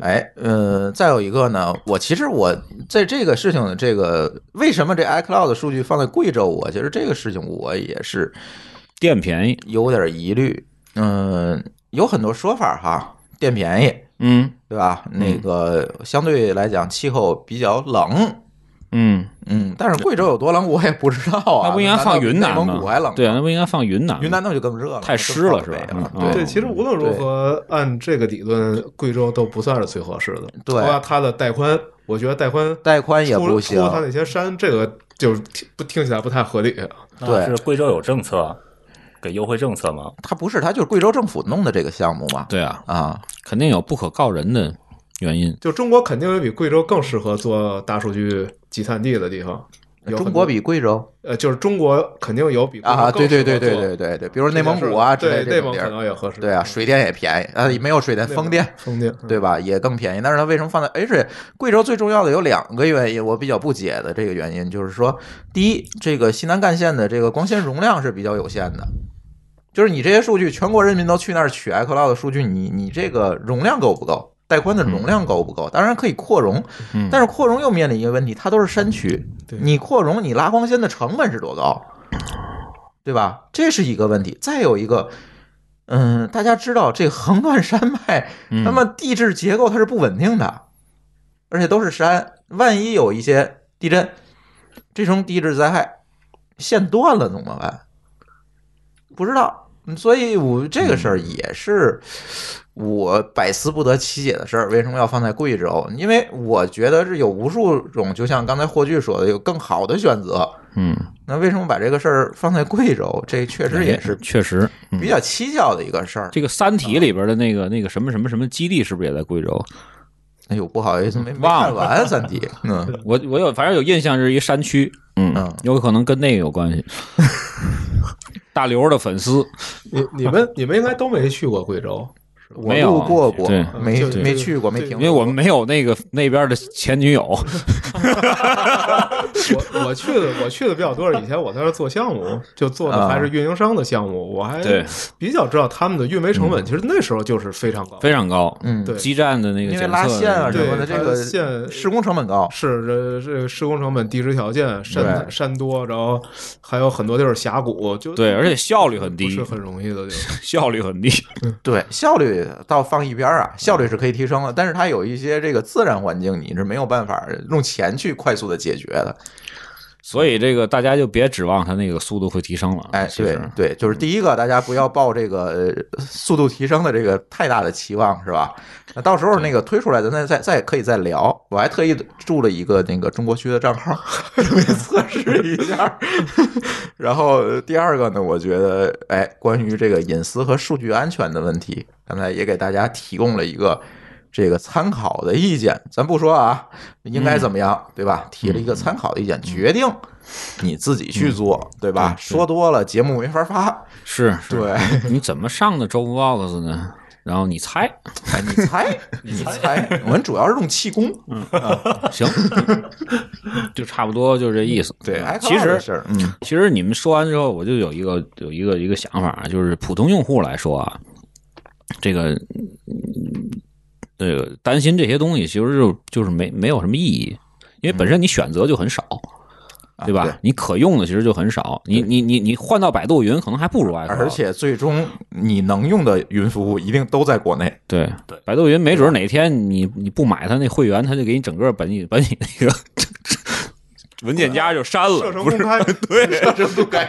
Speaker 2: 哎，呃，再有一个呢，我其实我在这个事情的这个为什么这 iCloud 的数据放在贵州，我其实这个事情我也是
Speaker 1: 电便宜，
Speaker 2: 有点疑虑。嗯、有很多说法哈，电便宜，
Speaker 1: 嗯
Speaker 2: 对吧？那个相对来讲气候比较冷，
Speaker 1: 嗯，
Speaker 2: 嗯，但是贵州有多冷我也不知道啊。
Speaker 1: 那不应该放云南
Speaker 2: 难道比内蒙古还冷
Speaker 1: 吗？？对啊，那不应该放云南吗？
Speaker 2: 云南那就更热了，
Speaker 1: 太湿了是吧
Speaker 2: 更靠北
Speaker 1: 嗯
Speaker 2: 了
Speaker 1: 嗯
Speaker 3: 对，
Speaker 2: 对，
Speaker 3: 其实无论如何，按这个理论，贵州都不算是最合适的。
Speaker 2: 对
Speaker 3: 包括它的带宽，我觉得带宽
Speaker 2: 带宽也不行
Speaker 3: 出出它那些山，这个就是听不听起来不太合理。啊
Speaker 2: 对
Speaker 1: 嗯
Speaker 4: 那啊是贵州有政策给优惠政策吗？
Speaker 2: 它不是，它就是贵州政府弄的这个项目嘛。
Speaker 1: 对啊，
Speaker 2: 啊，
Speaker 1: 肯定有不可告人的原因，
Speaker 3: 就中国肯定有比贵州更适合做大数据集散地的地方。有很
Speaker 2: 中
Speaker 3: 多
Speaker 2: 国比贵州
Speaker 3: 呃，就是中国肯定有比贵州
Speaker 2: 啊，对
Speaker 3: 更
Speaker 2: 对
Speaker 3: 适合
Speaker 2: 对对
Speaker 3: 做
Speaker 2: 对对对，比如内蒙古啊之
Speaker 3: 对
Speaker 2: 类
Speaker 3: 内
Speaker 2: 这种
Speaker 3: 蒙
Speaker 2: 地
Speaker 3: 可能
Speaker 2: 儿，
Speaker 3: 也合适。
Speaker 2: 对啊，水电也便宜啊，没有水电，
Speaker 3: 内蒙
Speaker 2: 风电。
Speaker 3: 风电嗯
Speaker 2: 对吧？也更便宜。但是它为什么放在？而且贵州最重要的有两个原因，我比较不解的这个原因就是说，第一，这个西南干线的这个光纤容量是比较有限的，就是你这些数据，全国人民都去那儿取 iCloud 的数据，你你这个容量够不够？带宽的容量够不够？当然可以扩容，
Speaker 1: 嗯
Speaker 2: 但是扩容又面临一个问题，它都是山区，
Speaker 3: 嗯对
Speaker 2: 你扩容你拉光纤的成本是多高，对吧？这是一个问题。再有一个，嗯，大家知道这个横断山脉，
Speaker 1: 嗯
Speaker 2: 那么地质结构它是不稳定的，而且都是山，万一有一些地震，这种地质灾害线断了怎么办？不知道，嗯所以我这个事儿也是我百思不得其解的事儿，为什么要放在贵州？因为我觉得是有无数种，就像刚才霍炬说的，有更好的选择。
Speaker 1: 嗯，
Speaker 2: 那为什么把这个事儿放在贵州？这确实也是嗯
Speaker 1: 确实，嗯
Speaker 2: 比较蹊跷的一个事儿。
Speaker 1: 这个《三体》里边的那个那个什么什么什么基地是不是也在贵州？
Speaker 2: 哎呦，不好意思，没没
Speaker 1: 忘
Speaker 2: 看完三体。嗯，
Speaker 1: 我我有反正有印象是一山区，嗯，
Speaker 2: 嗯
Speaker 1: 有可能跟那个有 关系。大刘的粉丝
Speaker 3: 你你们你们应该都没去过贵 州，
Speaker 2: 我
Speaker 1: 没有
Speaker 2: 路过过
Speaker 1: 对，
Speaker 2: 没
Speaker 3: 嗯就
Speaker 2: 没
Speaker 3: 就
Speaker 2: 去过，没
Speaker 3: 对
Speaker 2: 听
Speaker 1: 因
Speaker 2: 过。
Speaker 1: 为我们没有那个那边的前女友，
Speaker 3: 我我去的我去的比较多，以前我在那儿做项目，就做的还是运营商的项目，我还
Speaker 1: 啊对嗯
Speaker 3: 比较知道他们的运维成本，其实那时候就是非常高，
Speaker 1: 非常高。
Speaker 2: 嗯，
Speaker 3: 对
Speaker 1: 基站的那个
Speaker 2: 因为
Speaker 1: 检
Speaker 2: 拉
Speaker 1: 测
Speaker 2: 线啊
Speaker 1: 的
Speaker 2: 什么的，
Speaker 3: 对
Speaker 2: 这
Speaker 3: 它
Speaker 2: 个
Speaker 3: 线
Speaker 2: 施工成本高。
Speaker 3: 是这这个施工成本、地质条件、山
Speaker 2: 对
Speaker 3: 山多，然后还有很多地儿峡谷，就
Speaker 1: 对，而且效率很
Speaker 3: 不
Speaker 1: 低
Speaker 3: 是，很容易的。就
Speaker 1: 效率很低。
Speaker 2: 对，效率倒放一边儿啊，效率是可以提升的，但是它有一些这个自然环境，你是没有办法用钱去快速的解决的。
Speaker 1: 所以这个大家就别指望它那个速度会提升了。啊
Speaker 2: 哎，
Speaker 1: 其
Speaker 2: 对
Speaker 1: 实嗯
Speaker 2: 对，就是第一个，大家不要抱这个呃速度提升的这个太大的期望，是吧？那到时候那个推出来的，那再再可以再聊。我还特意注了一个那个中国区的账号， 准备测试一下。 然后第二个呢，我觉得，哎，关于这个隐私和数据安全的问题，刚才也给大家提供了一个。这个参考的意见，咱不说啊，应
Speaker 1: 嗯
Speaker 2: 该怎么样，对吧？提了一个参考的意见，决定你自己去做，对吧？
Speaker 1: 嗯对
Speaker 2: 说多了节目没法发，
Speaker 1: 是是，
Speaker 2: 对，哎
Speaker 1: 你怎么上的周 box 呢？然后你猜，
Speaker 2: 哎你猜，你 猜，
Speaker 1: 嗯
Speaker 2: 我们主要是用气功，
Speaker 1: 行， 就差不多就这意思。啊
Speaker 2: 对，还靠
Speaker 1: 其
Speaker 2: 这
Speaker 1: 实
Speaker 2: 事儿，嗯
Speaker 1: 其实你们说完之后，我就有一个有一个一个想法啊，就是普通用户来说啊，这个嗯这个担心这些东西，其实就就是没没有什么意义，因为本身你选择就很少。对吧？
Speaker 2: 嗯啊对
Speaker 1: 你可用的其实就很少，你你你你换到百度云可能还不如啊 iCloud，
Speaker 2: 而且最终你能用的云服务一定都在国内，
Speaker 1: 对
Speaker 4: 对
Speaker 1: 百度云没准哪天你你不买它那会员，它就给你整个把你把 你那个文件夹就删
Speaker 3: 啊射
Speaker 1: 了，
Speaker 3: 程
Speaker 1: 不
Speaker 3: 公
Speaker 1: 是？
Speaker 3: 开，
Speaker 2: 这 就不该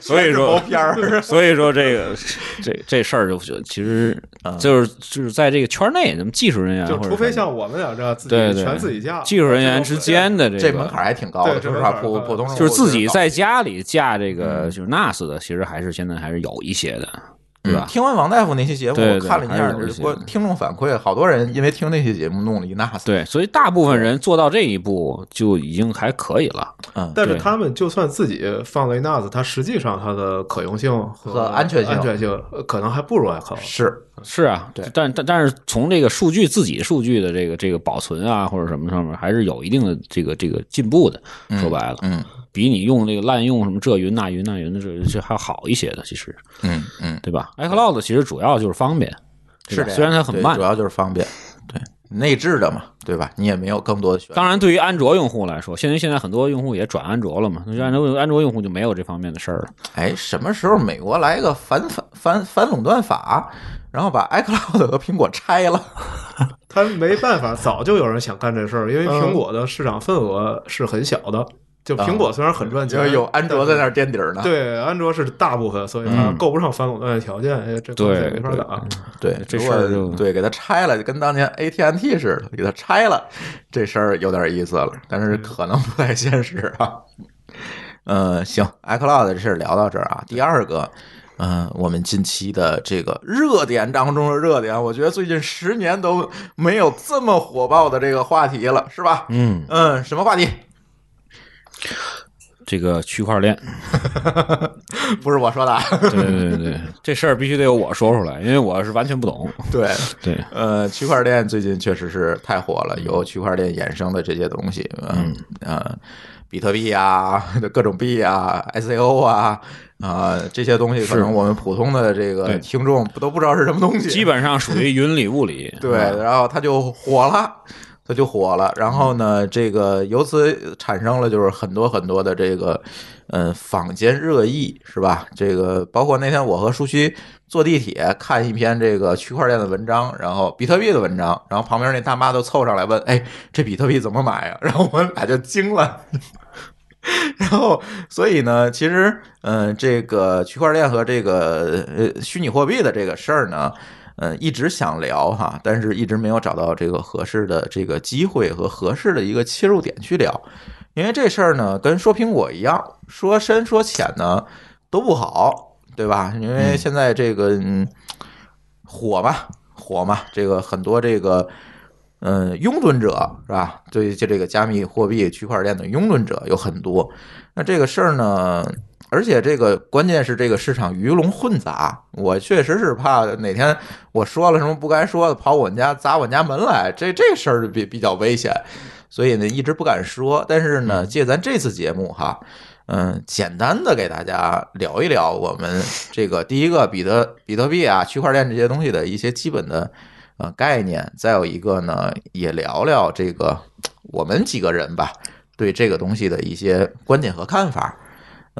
Speaker 1: 所以
Speaker 2: 毛
Speaker 1: 说
Speaker 2: 片 儿，
Speaker 1: 所以说这个这这事儿就其实就是就是在这个圈内，咱们技术人员
Speaker 3: 就
Speaker 1: 或者
Speaker 3: 除非
Speaker 1: 什么
Speaker 3: 像我们俩这样自己
Speaker 1: 对对
Speaker 3: 全自己架，
Speaker 1: 技术人员之间的
Speaker 2: 这
Speaker 1: 这
Speaker 2: 门
Speaker 1: 个。
Speaker 2: 槛还挺高的，说
Speaker 3: 对这
Speaker 2: 实
Speaker 3: 门
Speaker 2: 话，
Speaker 3: 槛
Speaker 2: 普
Speaker 3: 高
Speaker 2: 普通人
Speaker 1: 就是自己
Speaker 2: 我觉得
Speaker 1: 在家里架这个就是 NAS 的，其实还是现在还是有一些的，对
Speaker 2: 嗯
Speaker 1: 吧？
Speaker 2: 听完王大夫那期节目，
Speaker 1: 对
Speaker 2: 我
Speaker 1: 对
Speaker 2: 看了一
Speaker 1: 还
Speaker 2: 下
Speaker 1: 是有这些嗯
Speaker 2: 我听众反馈，好多人因为听那期节目弄了一 NAS，，
Speaker 1: 对，所以大部分人做到这一步就已经还可以了。
Speaker 2: 嗯，
Speaker 3: 但是
Speaker 1: 对
Speaker 3: 他们就算自己放雷纳斯，它实际上它的可用性
Speaker 2: 和
Speaker 3: 和
Speaker 2: 安全性
Speaker 3: 安全性呃可能还不如 iCloud。
Speaker 2: 是，
Speaker 1: 是啊，
Speaker 2: 对
Speaker 1: 但但但是从这个数据自己数据的这个这个保存啊或者什么上面，还是有一定的这个这个进步的。说白了，
Speaker 2: 嗯
Speaker 1: 比你用这个滥用什么这云那云那云的这这还要好一些的，其实
Speaker 2: 嗯嗯，
Speaker 1: 对吧？iCloud 其实主要就是方便，对
Speaker 2: 是这
Speaker 1: 吧
Speaker 2: 样
Speaker 1: 虽然它很
Speaker 2: 对
Speaker 1: 慢
Speaker 2: 主。要就是方便，对，内置的嘛，对吧？你也没有更多的选择，
Speaker 1: 当然，对于安卓用户来说，现在现在很多用户也转安卓了嘛，那就安卓安卓用户就没有这方面的事儿了。
Speaker 2: 哎，什么时候美国来个反反反反垄断法，然后把 iCloud 和苹果拆了？
Speaker 3: 他没办法，早就有人想干这事儿，因为苹果的市场份额是很小的。就苹果虽然很赚
Speaker 2: 就
Speaker 3: 钱，
Speaker 2: 啊有安卓在那儿垫底儿呢。
Speaker 3: 但是，对，安卓是大部分，所以它够不上反垄断的条件，哎这官司也
Speaker 1: 对
Speaker 3: 没法打。
Speaker 2: 对，
Speaker 1: 这
Speaker 2: 如
Speaker 1: 事儿
Speaker 2: 果
Speaker 1: 就
Speaker 2: 对给它拆了，就跟当年 AT&T 似的，给它拆了，这事儿有点意思了，但
Speaker 1: 嗯
Speaker 2: 是可能不太现实啊。呃，行，iCloud 这事儿聊到这儿啊。第二个，嗯、我们近期的这个热点当中的热点，我觉得最近十年都没有这么火爆的这个话题了，是吧？
Speaker 1: 嗯，
Speaker 2: 嗯，什么话题？
Speaker 1: 这个区块 链，
Speaker 2: 不是我说的 啊。
Speaker 1: 对对对对，这事儿必须得由我说出来，因为我是完全不懂。
Speaker 2: 对，
Speaker 1: 对，
Speaker 2: 呃，区块链最近确实是太火了，有区块链衍生的这些东西，嗯呃，比特币啊， 各种币啊，ICO 啊，啊、这些东西可能我们普通的这个
Speaker 1: 对
Speaker 2: 听众不都不知道是什么东西，
Speaker 1: 基本上属于云里雾里。
Speaker 2: 对，然后它就火了。它就火了，然后呢，这个由此产生了就是很多很多的这个，嗯，坊间热议是吧？这个包括那天我和舒淇坐地铁看一篇这个区块链的文章，然后比特币的文章，然后旁啊 边那大妈都凑上来问：“哎，这比特币怎么买呀、然后我们俩就惊了， 然后，所以呢，其实，嗯、这个区块链和这个呃虚拟货币的这个事儿呢，嗯、一直想聊哈，但是一直没有找到这个合适的这个机会和合适的一个切入点去聊，因为这事儿呢，跟说苹果一样，说深说浅呢都不好，对吧？因为现在这个嗯火嘛，火嘛，这个很多这个。嗯，拥趸者是吧？对于这这个加密货币、区块链的拥趸者有很多。那这个事儿呢，而且这个关键是这个市场鱼龙混杂，我确实是怕哪天我说了什么不该说的，跑我们家砸我家门来，这这事儿比比较危险，所以呢一直不敢说。但是呢，借咱这次节目哈，嗯，简单的给大家聊一聊我们这个第一个比特比特币啊、区块链这些东西的一些基本的呃概念，再有一个呢，也聊聊这个我们几个人吧对这个东西的一些观点和看法。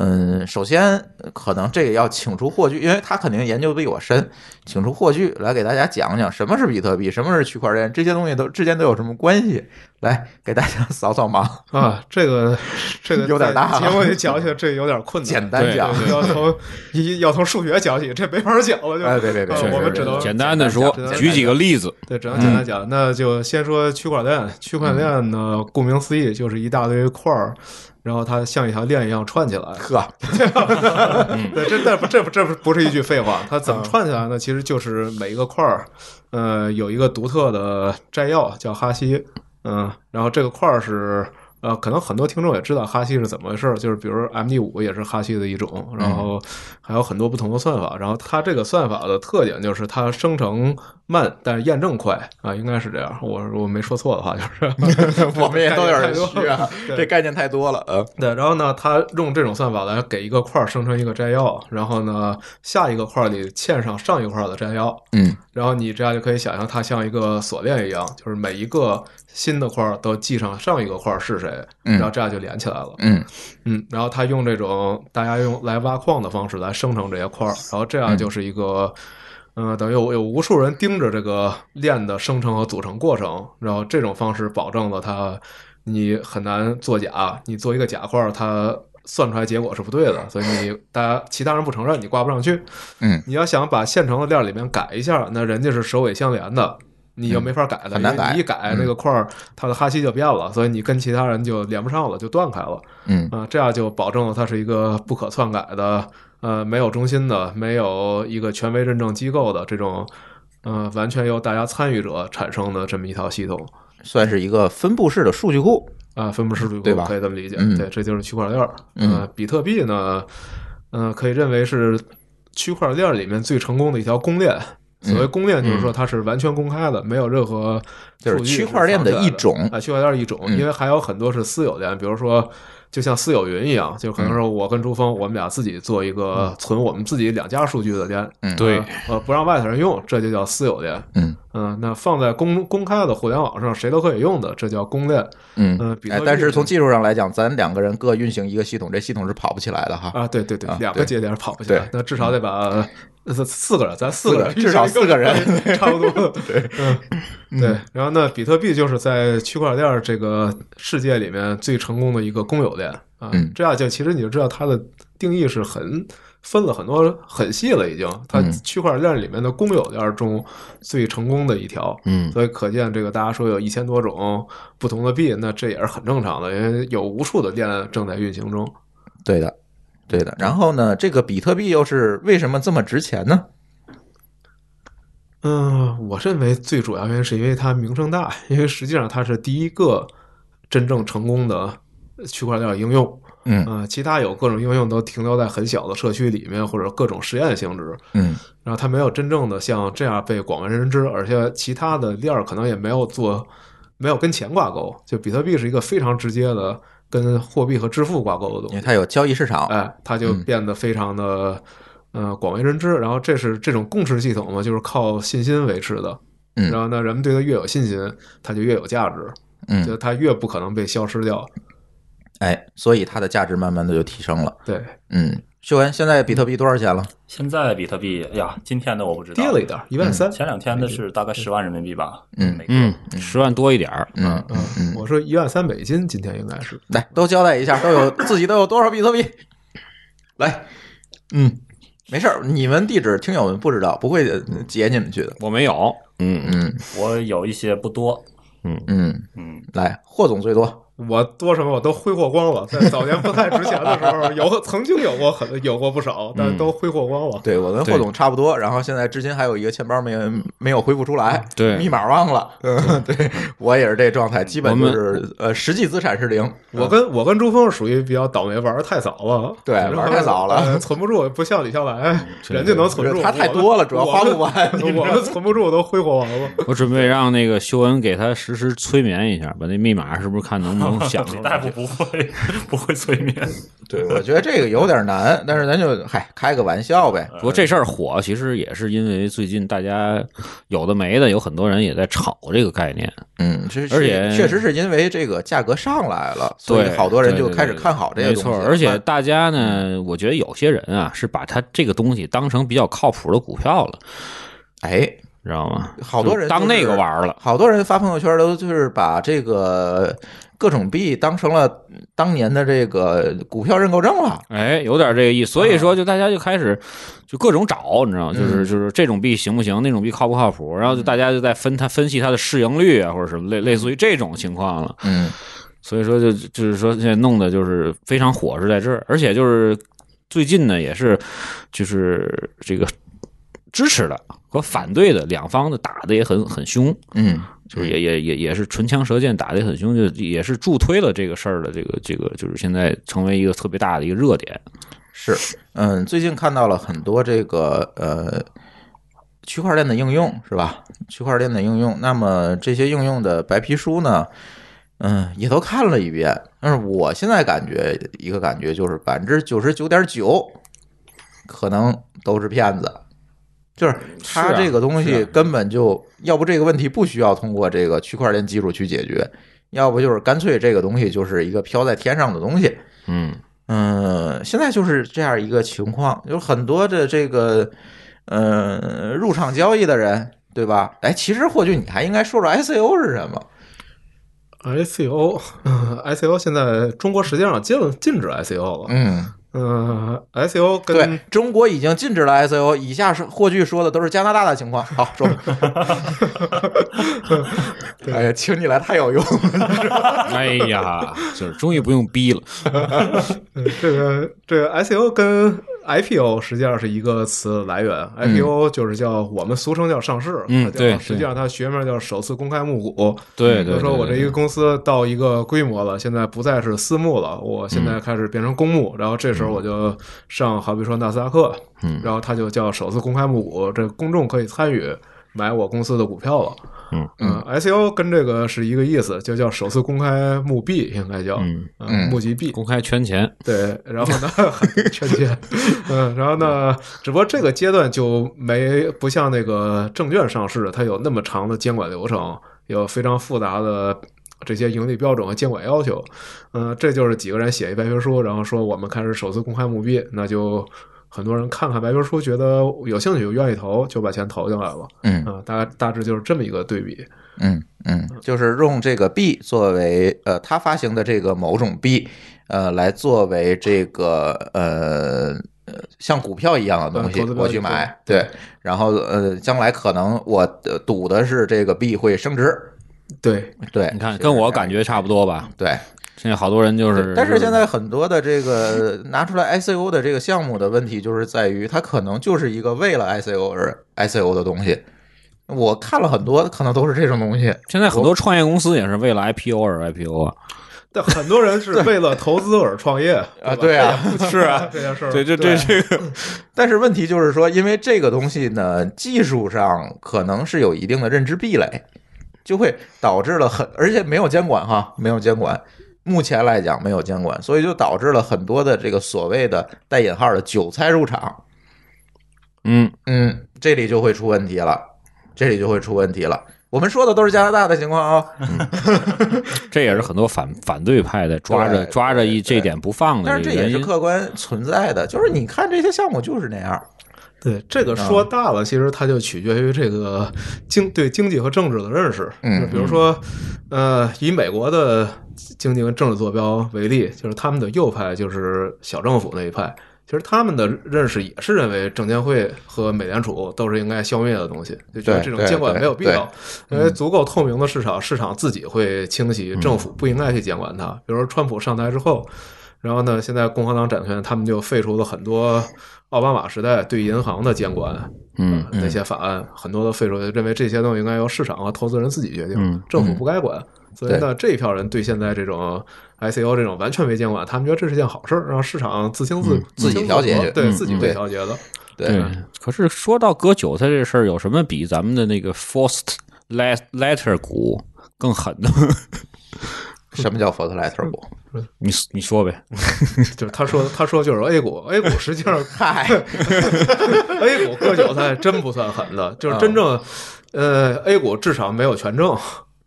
Speaker 2: 嗯，首先可能这个要请出霍炬，因为他肯定研究比我深，请出霍炬来给大家讲讲什么是比特币，什么是区块链，这些东西都之间都有什么关系，来给大家扫扫 盲，
Speaker 3: 啊，这个这 个
Speaker 2: 有点大啊
Speaker 3: 在节目里讲起来这有点困 难，
Speaker 2: 简单讲。
Speaker 3: 对要从一要从数学讲起，这没法讲了，就
Speaker 2: 哎，别别别，
Speaker 3: 啊
Speaker 2: 确实
Speaker 3: 我们
Speaker 2: 是
Speaker 3: 只能
Speaker 1: 简单的说
Speaker 2: 简单，讲
Speaker 1: 举几个例子，
Speaker 3: 对，只能简单讲。那就先说区块链。区块链呢，顾名思义就是一大堆块儿，然后它像一条链一样串起来。
Speaker 2: 呵，嗯
Speaker 3: 对，这这不这不这不不是一句废话。它怎么串起来呢？其实就是每一个块儿，呃，有一个独特的摘要叫哈希，嗯、然后这个块儿是。呃，可能很多听众也知道哈希是怎么回事儿，就是比如 MD 五也是哈希的一种，
Speaker 2: 嗯
Speaker 3: 然后还有很多不同的算法，然后它这个算法的特点就是它生成慢，但是验证快啊、应该是这样。我我没说错的话，就是
Speaker 2: 我们也都有点
Speaker 3: 太
Speaker 2: 虚
Speaker 3: 多
Speaker 2: 啊
Speaker 3: 了，对
Speaker 2: 这概念太多了。呃，
Speaker 3: 对，然后呢，它用这种算法来给一个块儿生成一个摘要，然后呢，下一个块儿里嵌上上一块儿的摘要，
Speaker 2: 嗯，
Speaker 3: 然后你这样就可以想象它像一个锁链一样，就是每一个新的块儿都记上上一个块儿是谁，
Speaker 2: 嗯
Speaker 3: 然后这样就连起来了，
Speaker 2: 嗯
Speaker 3: 嗯，然后它用这种大家用来挖矿的方式来生成这些块儿，然后这样就是一个。嗯，等于有有无数人盯着这个链的生成和组成过程，然后这种方式保证了它，你很难作假，你做一个假块儿，它算出来结果是不对的，所以你大家其他人不承认，你挂不上去。
Speaker 2: 嗯，
Speaker 3: 你要想把现成的链里面改一下，那人家是首尾相连的。你就没法改了，
Speaker 2: 嗯很难
Speaker 3: 因为
Speaker 2: 改
Speaker 3: 你一改
Speaker 2: 嗯
Speaker 3: 那个块儿，它的哈希就变了，所以你跟其他人就连不上了，就断开了。
Speaker 2: 嗯
Speaker 3: 啊、这样就保证了它是一个不可篡改的，呃，没有中心的，没有一个权威认证机构的这种，呃，完全由大家参与者产生的这么一套系统
Speaker 2: 算是一个分布式的数据库。
Speaker 3: 啊、分布式数
Speaker 2: 对
Speaker 3: 据
Speaker 2: 吧
Speaker 3: 库可以这么理解，
Speaker 2: 嗯
Speaker 3: 对，这就是区块链儿。
Speaker 2: 嗯
Speaker 3: 呃，比特币呢，呃，可以认为是区块链里面最成功的一条公链。所谓公链，就是说它是完全公开的，没有任何
Speaker 2: 嗯就是
Speaker 3: 数据
Speaker 2: 区块链的
Speaker 3: 藏起来
Speaker 2: 一种
Speaker 3: 啊，区块链一种，
Speaker 2: 嗯
Speaker 3: 因为还有很多是私有链，比如说就像私有云一样，就
Speaker 2: 嗯
Speaker 3: 可能说我跟朱峰，我们俩自己做一个存我们自己两家数据的链，
Speaker 2: 嗯
Speaker 1: 对
Speaker 3: 呃，呃，不让外头人用，这就叫私有链。
Speaker 2: 嗯
Speaker 3: 嗯、那放在公公开的互联网上，谁都可以用的，这叫公链。
Speaker 2: 嗯
Speaker 3: 呃比特
Speaker 2: 哎
Speaker 3: 币，
Speaker 2: 但是
Speaker 3: 呢
Speaker 2: 从技术上来讲，咱两个人各运行一个系统，这系统是跑不起来的哈。
Speaker 3: 啊，对对对
Speaker 2: 啊，
Speaker 3: 两
Speaker 2: 对
Speaker 3: 个节点跑不起来
Speaker 2: 对，
Speaker 3: 那至少得把四四个人，咱四
Speaker 2: 四
Speaker 3: 个
Speaker 2: 个
Speaker 3: 人，
Speaker 2: 至 少四个人
Speaker 3: 差 不多。对，嗯，对。然后呢，比特币就是在区块链这个世界里面最成功的一个公有链啊
Speaker 2: 嗯，
Speaker 3: 这样就其实你就知道它的定义是很。分了很多很细了，已经。它
Speaker 2: 嗯
Speaker 3: 区块链里面的公有链中最成功的一条，
Speaker 1: 嗯，
Speaker 3: 所以可见这个大家说有一千多种不同的币，那这也是很正常的，因为有无数的链正在运行中。
Speaker 2: 对的，对的。然后呢，这个比特币又是为什么这么值钱呢？
Speaker 3: 嗯，我认为最主要原因是因为它名声大，因为实际上它是第一个真正成功的区块链应用。
Speaker 2: 嗯
Speaker 3: 呃，其他有各种应用都停留在很小的社区里面，或者各种实验性质。
Speaker 2: 嗯
Speaker 3: 然后它没有真正的像这样被广为人知，而且其他的链儿可能也没有做，没有跟钱挂钩。就比特币是一个非常直接的跟货币和支付挂钩的东
Speaker 2: 因
Speaker 3: 西
Speaker 2: 为。它有交易市场。
Speaker 3: 哎，它就
Speaker 2: 嗯
Speaker 3: 变得非常的、呃广为人知。然后这是这种共识系统嘛，就是靠信心维持的。
Speaker 2: 嗯
Speaker 3: 然后呢，人们对它越有信心，它就越有价值，就
Speaker 2: 嗯，
Speaker 3: 它越不可能被消失掉。
Speaker 2: 哎，所以它的价值慢慢的就提升了。
Speaker 3: 对，
Speaker 2: 嗯，秀文，现在比特币多少钱了？
Speaker 4: 现在比特币，哎呀，今天的我不知道，
Speaker 3: 跌了一点，一万三。
Speaker 4: 前两天的是大概十万人民币吧，
Speaker 2: 嗯
Speaker 4: 每个
Speaker 1: 嗯，十万多一点儿，
Speaker 2: 嗯嗯嗯，
Speaker 3: 我说一万三美金，今天应该是
Speaker 2: 来都交代一下，都有自己都有多少比特币？来，嗯，没事儿，你们地址听友们不知道，不会截你们去的。
Speaker 1: 我没有，嗯，
Speaker 2: 嗯
Speaker 4: 我有一些不多，
Speaker 2: 嗯，
Speaker 4: 嗯，
Speaker 2: 来，霍总最多，
Speaker 3: 我多什么我都挥霍光了，在早年不太值钱的时候，有曾经有过很有过不少，
Speaker 2: 嗯
Speaker 3: 但都挥霍光了。
Speaker 2: 对我跟
Speaker 1: 对
Speaker 2: 霍总差不多。然后现在至今还有一个钱包没有没有恢复出来，
Speaker 1: 对
Speaker 2: 密码忘了。嗯， 对我也是这状态，基本就
Speaker 1: 我们嗯
Speaker 2: 是呃实际资产是零。
Speaker 3: 我跟我跟朱峰属于比较倒霉，玩儿太早了，
Speaker 2: 对
Speaker 3: 然后
Speaker 2: 玩儿太早了嗯
Speaker 3: 呃存不住，不像李笑 来，人家能存住，
Speaker 2: 他太多了，主要花不完。
Speaker 3: 我 们。我们存不住，都挥霍完 了。
Speaker 1: 我准备让那个修恩给他实时催眠一下，把那密码是不是看能不能 想出
Speaker 4: 李大
Speaker 1: 来
Speaker 4: 夫。不会 不会催眠，
Speaker 2: 对，我觉得这个有点难，但是咱就嗨开个玩笑呗。
Speaker 1: 不过这事儿火，其实也是因为最近大家有的没的，有很多人也在炒这个概念。
Speaker 2: 嗯，这是
Speaker 1: 而且
Speaker 2: 确实是因为这个价格上来了，所以
Speaker 1: 对
Speaker 2: 好多人
Speaker 1: 对
Speaker 2: 就
Speaker 1: 对
Speaker 2: 开始
Speaker 1: 对
Speaker 2: 看好这个
Speaker 1: 没
Speaker 2: 东西。
Speaker 1: 错，而且大家呢，我觉得有些人啊，是把他这个东西当成比较靠谱的股票了，
Speaker 2: 哎，
Speaker 1: 知道吗？
Speaker 2: 好多人
Speaker 1: 就当那
Speaker 2: 就
Speaker 1: 个
Speaker 2: 是
Speaker 1: 玩儿了。
Speaker 2: 好多人发朋友圈都就是把这个各种币当成了当年的这个股票认购证了。
Speaker 1: 哎，有点这个意思，所以说就大家就开始就各种找，你知道，就是就是这种币行不行，那种币靠不靠谱，然后就大家就在分它分析它的市盈率啊，或者什么类类似于这种情况了。
Speaker 2: 嗯
Speaker 1: 所以说就就是说现在弄的就是非常火是在这儿，而且就是最近呢也是就是这个支持的和反对的两方的打的也很很凶，
Speaker 2: 嗯
Speaker 1: 就是也也也也是唇枪舌剑打的很凶，就也是助推了这个事儿的这个这个就是现在成为一个特别大的一个热点。
Speaker 2: 是嗯，最近看到了很多这个呃区块链的应用是吧？区块链的应用，那么这些应用的白皮书呢？嗯，也都看了一遍，但是我现在感觉一个感觉就是百分之九十九点九，可能都是骗子，就是他
Speaker 1: 是啊
Speaker 2: 这个东
Speaker 1: 是
Speaker 2: 西
Speaker 1: 啊
Speaker 2: 根本就、要不这个问题不需要通过这个区块链技术去解决，要不就是干脆这个东西就是一个飘在天上的东西，
Speaker 1: 嗯，
Speaker 2: 嗯，现在就是这样一个情况，有很多的这个呃入场交易的人，对吧？哎，其实或许你还应该说说 ICO 是什么。
Speaker 3: ICO，ICO、ICO 现在中国实际上禁禁止 ICO 了。
Speaker 2: 嗯，
Speaker 3: 嗯、i c o 跟
Speaker 2: 对，中国已经禁止了 ICO。以下是霍炬说的都是加拿大的情况。好，说吧。 哎呀，请你来太有用了。
Speaker 1: 哎呀，就是终于不用逼了。
Speaker 3: 嗯，这个这个 ICO 跟 IPO 实际上是一个词来源，IPO
Speaker 2: 嗯
Speaker 3: 就是叫我们俗称叫上市，
Speaker 1: 嗯
Speaker 3: 它叫
Speaker 1: 对
Speaker 3: 实际上它学名叫首次公开募股。
Speaker 2: 嗯
Speaker 1: 对
Speaker 3: 比
Speaker 1: 对，
Speaker 3: 如说
Speaker 1: 对
Speaker 3: 我这一个，公司到一个规模了，现在不再是私募了，我现
Speaker 1: 嗯
Speaker 3: 在开始变成公募，然后这时候我就上，好比说纳斯达克，
Speaker 1: 嗯
Speaker 3: 然后它就叫首次公开募股，这公众可以参与买我公司的股票了。
Speaker 1: 嗯
Speaker 3: 嗯，ICO 跟这个是一个意思，就叫首次公开募币，应该叫呃
Speaker 1: 嗯
Speaker 2: 嗯
Speaker 3: 募集币
Speaker 1: 对。公开圈钱，
Speaker 3: 对，然后呢， 圈圈，嗯，然后呢，只不过这个阶段就没不像那个证券上市，它有那么长的监管流程，有非常复杂的这些盈利标准和监管要求。嗯、这就是几个人写一白皮书，然后说我们开始首次公开募币，那就很多人看看白皮书，觉得有兴趣、愿意投，就把钱投进来了。
Speaker 2: 嗯
Speaker 3: 啊、大大致就是这么一个对比。
Speaker 2: 嗯嗯，就是用这个币作为呃，他发行的这个某种币，呃，来作为这个呃呃像股票一样的东
Speaker 3: 嗯
Speaker 2: 西
Speaker 3: 投资，标
Speaker 2: 我
Speaker 3: 的
Speaker 2: 去买，对，然后呃，将来可能我呃赌的是这个币会升值，
Speaker 3: 对，
Speaker 2: 对，
Speaker 1: 你看跟我感
Speaker 2: 觉
Speaker 1: 觉差不多吧？
Speaker 2: 对，
Speaker 1: 现在好多人就是，
Speaker 2: 但是现在很多的这个拿出来 ICO 的这个项目的问题，就是在于它可能就是一个为了 ICO 而 ICO 的东西。我看了很多，可能都是这种东西。
Speaker 1: 现在很多创业公司也是为了 IPO 而 IPO 啊。
Speaker 3: 但很多人是为了投资而创业
Speaker 2: 啊，
Speaker 3: 对
Speaker 2: 对
Speaker 3: 吧，
Speaker 2: 啊，是啊，
Speaker 3: 这件事儿，
Speaker 1: 这这这个，
Speaker 2: 嗯但是问题就是说，因为这个东西呢，技术上可能是有一定的认知壁垒，就会导致了很，而且没有监管哈，没有监管。目前来讲没有监管，所以就导致了很多的这个所谓的带引号的韭菜入场，
Speaker 1: 嗯，
Speaker 2: 嗯，这里就会出问题了，这里就会出问题了。我们说的都是加拿大的情况啊、
Speaker 1: 这也是很多反反对派的抓着
Speaker 2: 对
Speaker 1: 抓着
Speaker 2: 对对
Speaker 1: 一这点不放
Speaker 2: 但
Speaker 1: 的
Speaker 2: 是这
Speaker 1: 个
Speaker 2: 也
Speaker 1: 原
Speaker 2: 是
Speaker 1: 因。
Speaker 2: 客观存在的，就是你看这些项目就是那样。
Speaker 3: 对这个
Speaker 2: 啊
Speaker 3: 说大了，其实它就取决于这个经对经济和政治的认识。
Speaker 2: 嗯
Speaker 3: 就比如说，呃，以美国的经济和政治坐标为例，就是他们的右派就是小政府那一派，其实他们的认识也是认为证监会和美联储都是应该消灭的东西，就觉得
Speaker 2: 对
Speaker 3: 这种
Speaker 2: 对
Speaker 3: 监管
Speaker 2: 对嗯
Speaker 3: 没有必要，因为足够透明的市场，市场自己会清洗，政府不应该去监管它。比如说川普上台之后，然后呢，现在共和党掌权，他们就废除了很多奥巴马时代对银行的监管，
Speaker 1: 嗯
Speaker 3: 呃那些法案很多都废除，认为这些东西应该由市场和投资人自己决定，
Speaker 1: 嗯
Speaker 3: 政府不该管。所以呢，这一票人对现在这种 ICO 这种完全没监管，他们觉得这是件好事儿，让市场自行自、
Speaker 2: 自己
Speaker 3: 行
Speaker 2: 调节
Speaker 3: 和
Speaker 2: 去
Speaker 3: 对、
Speaker 1: 嗯
Speaker 3: 自己
Speaker 1: 嗯
Speaker 3: 会调节的。
Speaker 2: 对，
Speaker 1: 可是说到割韭菜这事儿，有什么比咱们的那个 forced let letter 股更狠的？
Speaker 2: 什么叫 f o r t l e t t e r 股？
Speaker 1: 你你说呗。
Speaker 3: 就是他说他说就是哎 A 股，A 股实际上 哎
Speaker 2: 嗨，
Speaker 3: A 股割韭菜真不算狠的，就是真
Speaker 2: 啊
Speaker 3: 正，呃，A 股至少没有权证，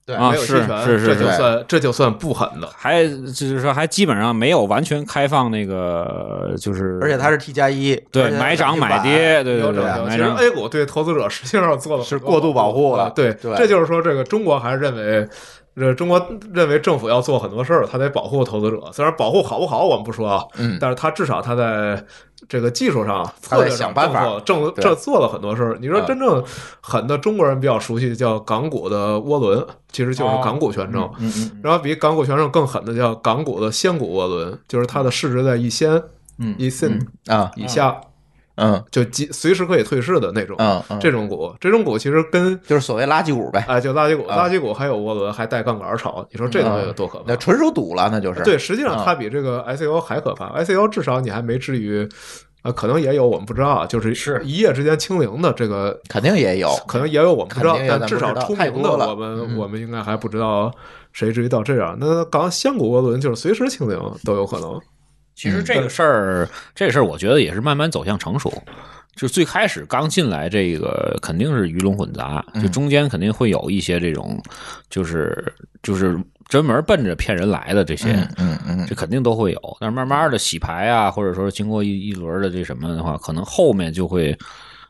Speaker 2: 对
Speaker 1: 啊
Speaker 3: 没有期权，
Speaker 1: 是是是
Speaker 3: 这就算这就算不狠的。
Speaker 1: 还就是说，还基本上没有完全开放那个，就是
Speaker 2: 而且它是 T 加一，
Speaker 1: 对
Speaker 2: 而且它
Speaker 1: 买涨
Speaker 2: 是平板
Speaker 1: 买，跌，对对
Speaker 3: 有
Speaker 1: 对
Speaker 3: 整
Speaker 2: 啊
Speaker 3: 有，
Speaker 1: 对，
Speaker 3: 其
Speaker 1: 买
Speaker 3: 实
Speaker 1: 涨。
Speaker 3: A 股对投资者实际上做了
Speaker 2: 是
Speaker 3: 很多
Speaker 2: 过度保护了
Speaker 3: 啊对，
Speaker 2: 对
Speaker 3: 这就是说，这个中国还是认为，这中国认为政府要做很多事儿，他得保护投资者。虽然保护好不好我们不说啊，
Speaker 2: 嗯
Speaker 3: 但是他至少他在这个技术上、
Speaker 2: 他
Speaker 3: 策
Speaker 2: 在
Speaker 3: 略
Speaker 2: 想
Speaker 3: 上
Speaker 2: 办法
Speaker 3: 政策
Speaker 2: 对
Speaker 3: 政这做了很多事儿。你说
Speaker 2: 嗯
Speaker 3: 真正狠的中国人比较熟悉叫港股的涡轮，其实就是港股权证。
Speaker 2: 哦嗯嗯
Speaker 3: 然后比港股权证更狠的叫港股的仙股涡轮，就是它的市值在一仙、
Speaker 2: 嗯
Speaker 3: 一信
Speaker 2: 嗯啊，
Speaker 3: 以下，
Speaker 2: 嗯
Speaker 3: 就即随时可以退市的那种。
Speaker 2: 嗯嗯，
Speaker 3: 这种股，这种股其实跟
Speaker 2: 就是所谓垃圾股呗，
Speaker 3: 哎，就垃圾股，
Speaker 2: 啊
Speaker 3: 垃圾股还有涡轮，还带杠杆炒，你说这东西有多可怕
Speaker 2: 嗯那？纯属赌了，那就是
Speaker 3: 对，，实际上
Speaker 2: 啊
Speaker 3: 它比这个 ICO 还可怕。ICO 至少你还没至于，啊，可能也有我们不知道啊，就是
Speaker 2: 是
Speaker 3: 一夜之间清零的这个，
Speaker 2: 肯定也有，
Speaker 3: 可能也有我们不知道
Speaker 2: 肯定，也有
Speaker 3: 但至少
Speaker 2: 咱不
Speaker 3: 出
Speaker 2: 知道
Speaker 3: 名
Speaker 2: 太多
Speaker 3: 的
Speaker 2: 了
Speaker 3: 我们
Speaker 2: 嗯
Speaker 3: 我们应该还不知道谁至于到这样。那港香股涡轮就是随时清零都有可能。
Speaker 1: 其
Speaker 2: 嗯
Speaker 1: 实这个事儿，这个事儿，我觉得也是慢慢走向成熟。就最开始刚进来，这个肯定是鱼龙混杂，
Speaker 2: 嗯
Speaker 1: 就中间肯定会有一些这种，就是就是专门奔着骗人来的这些，
Speaker 2: 嗯嗯
Speaker 1: 这肯定都会有。但是慢慢的洗牌啊，或者说经过一一轮的这什么的话，可能后面就会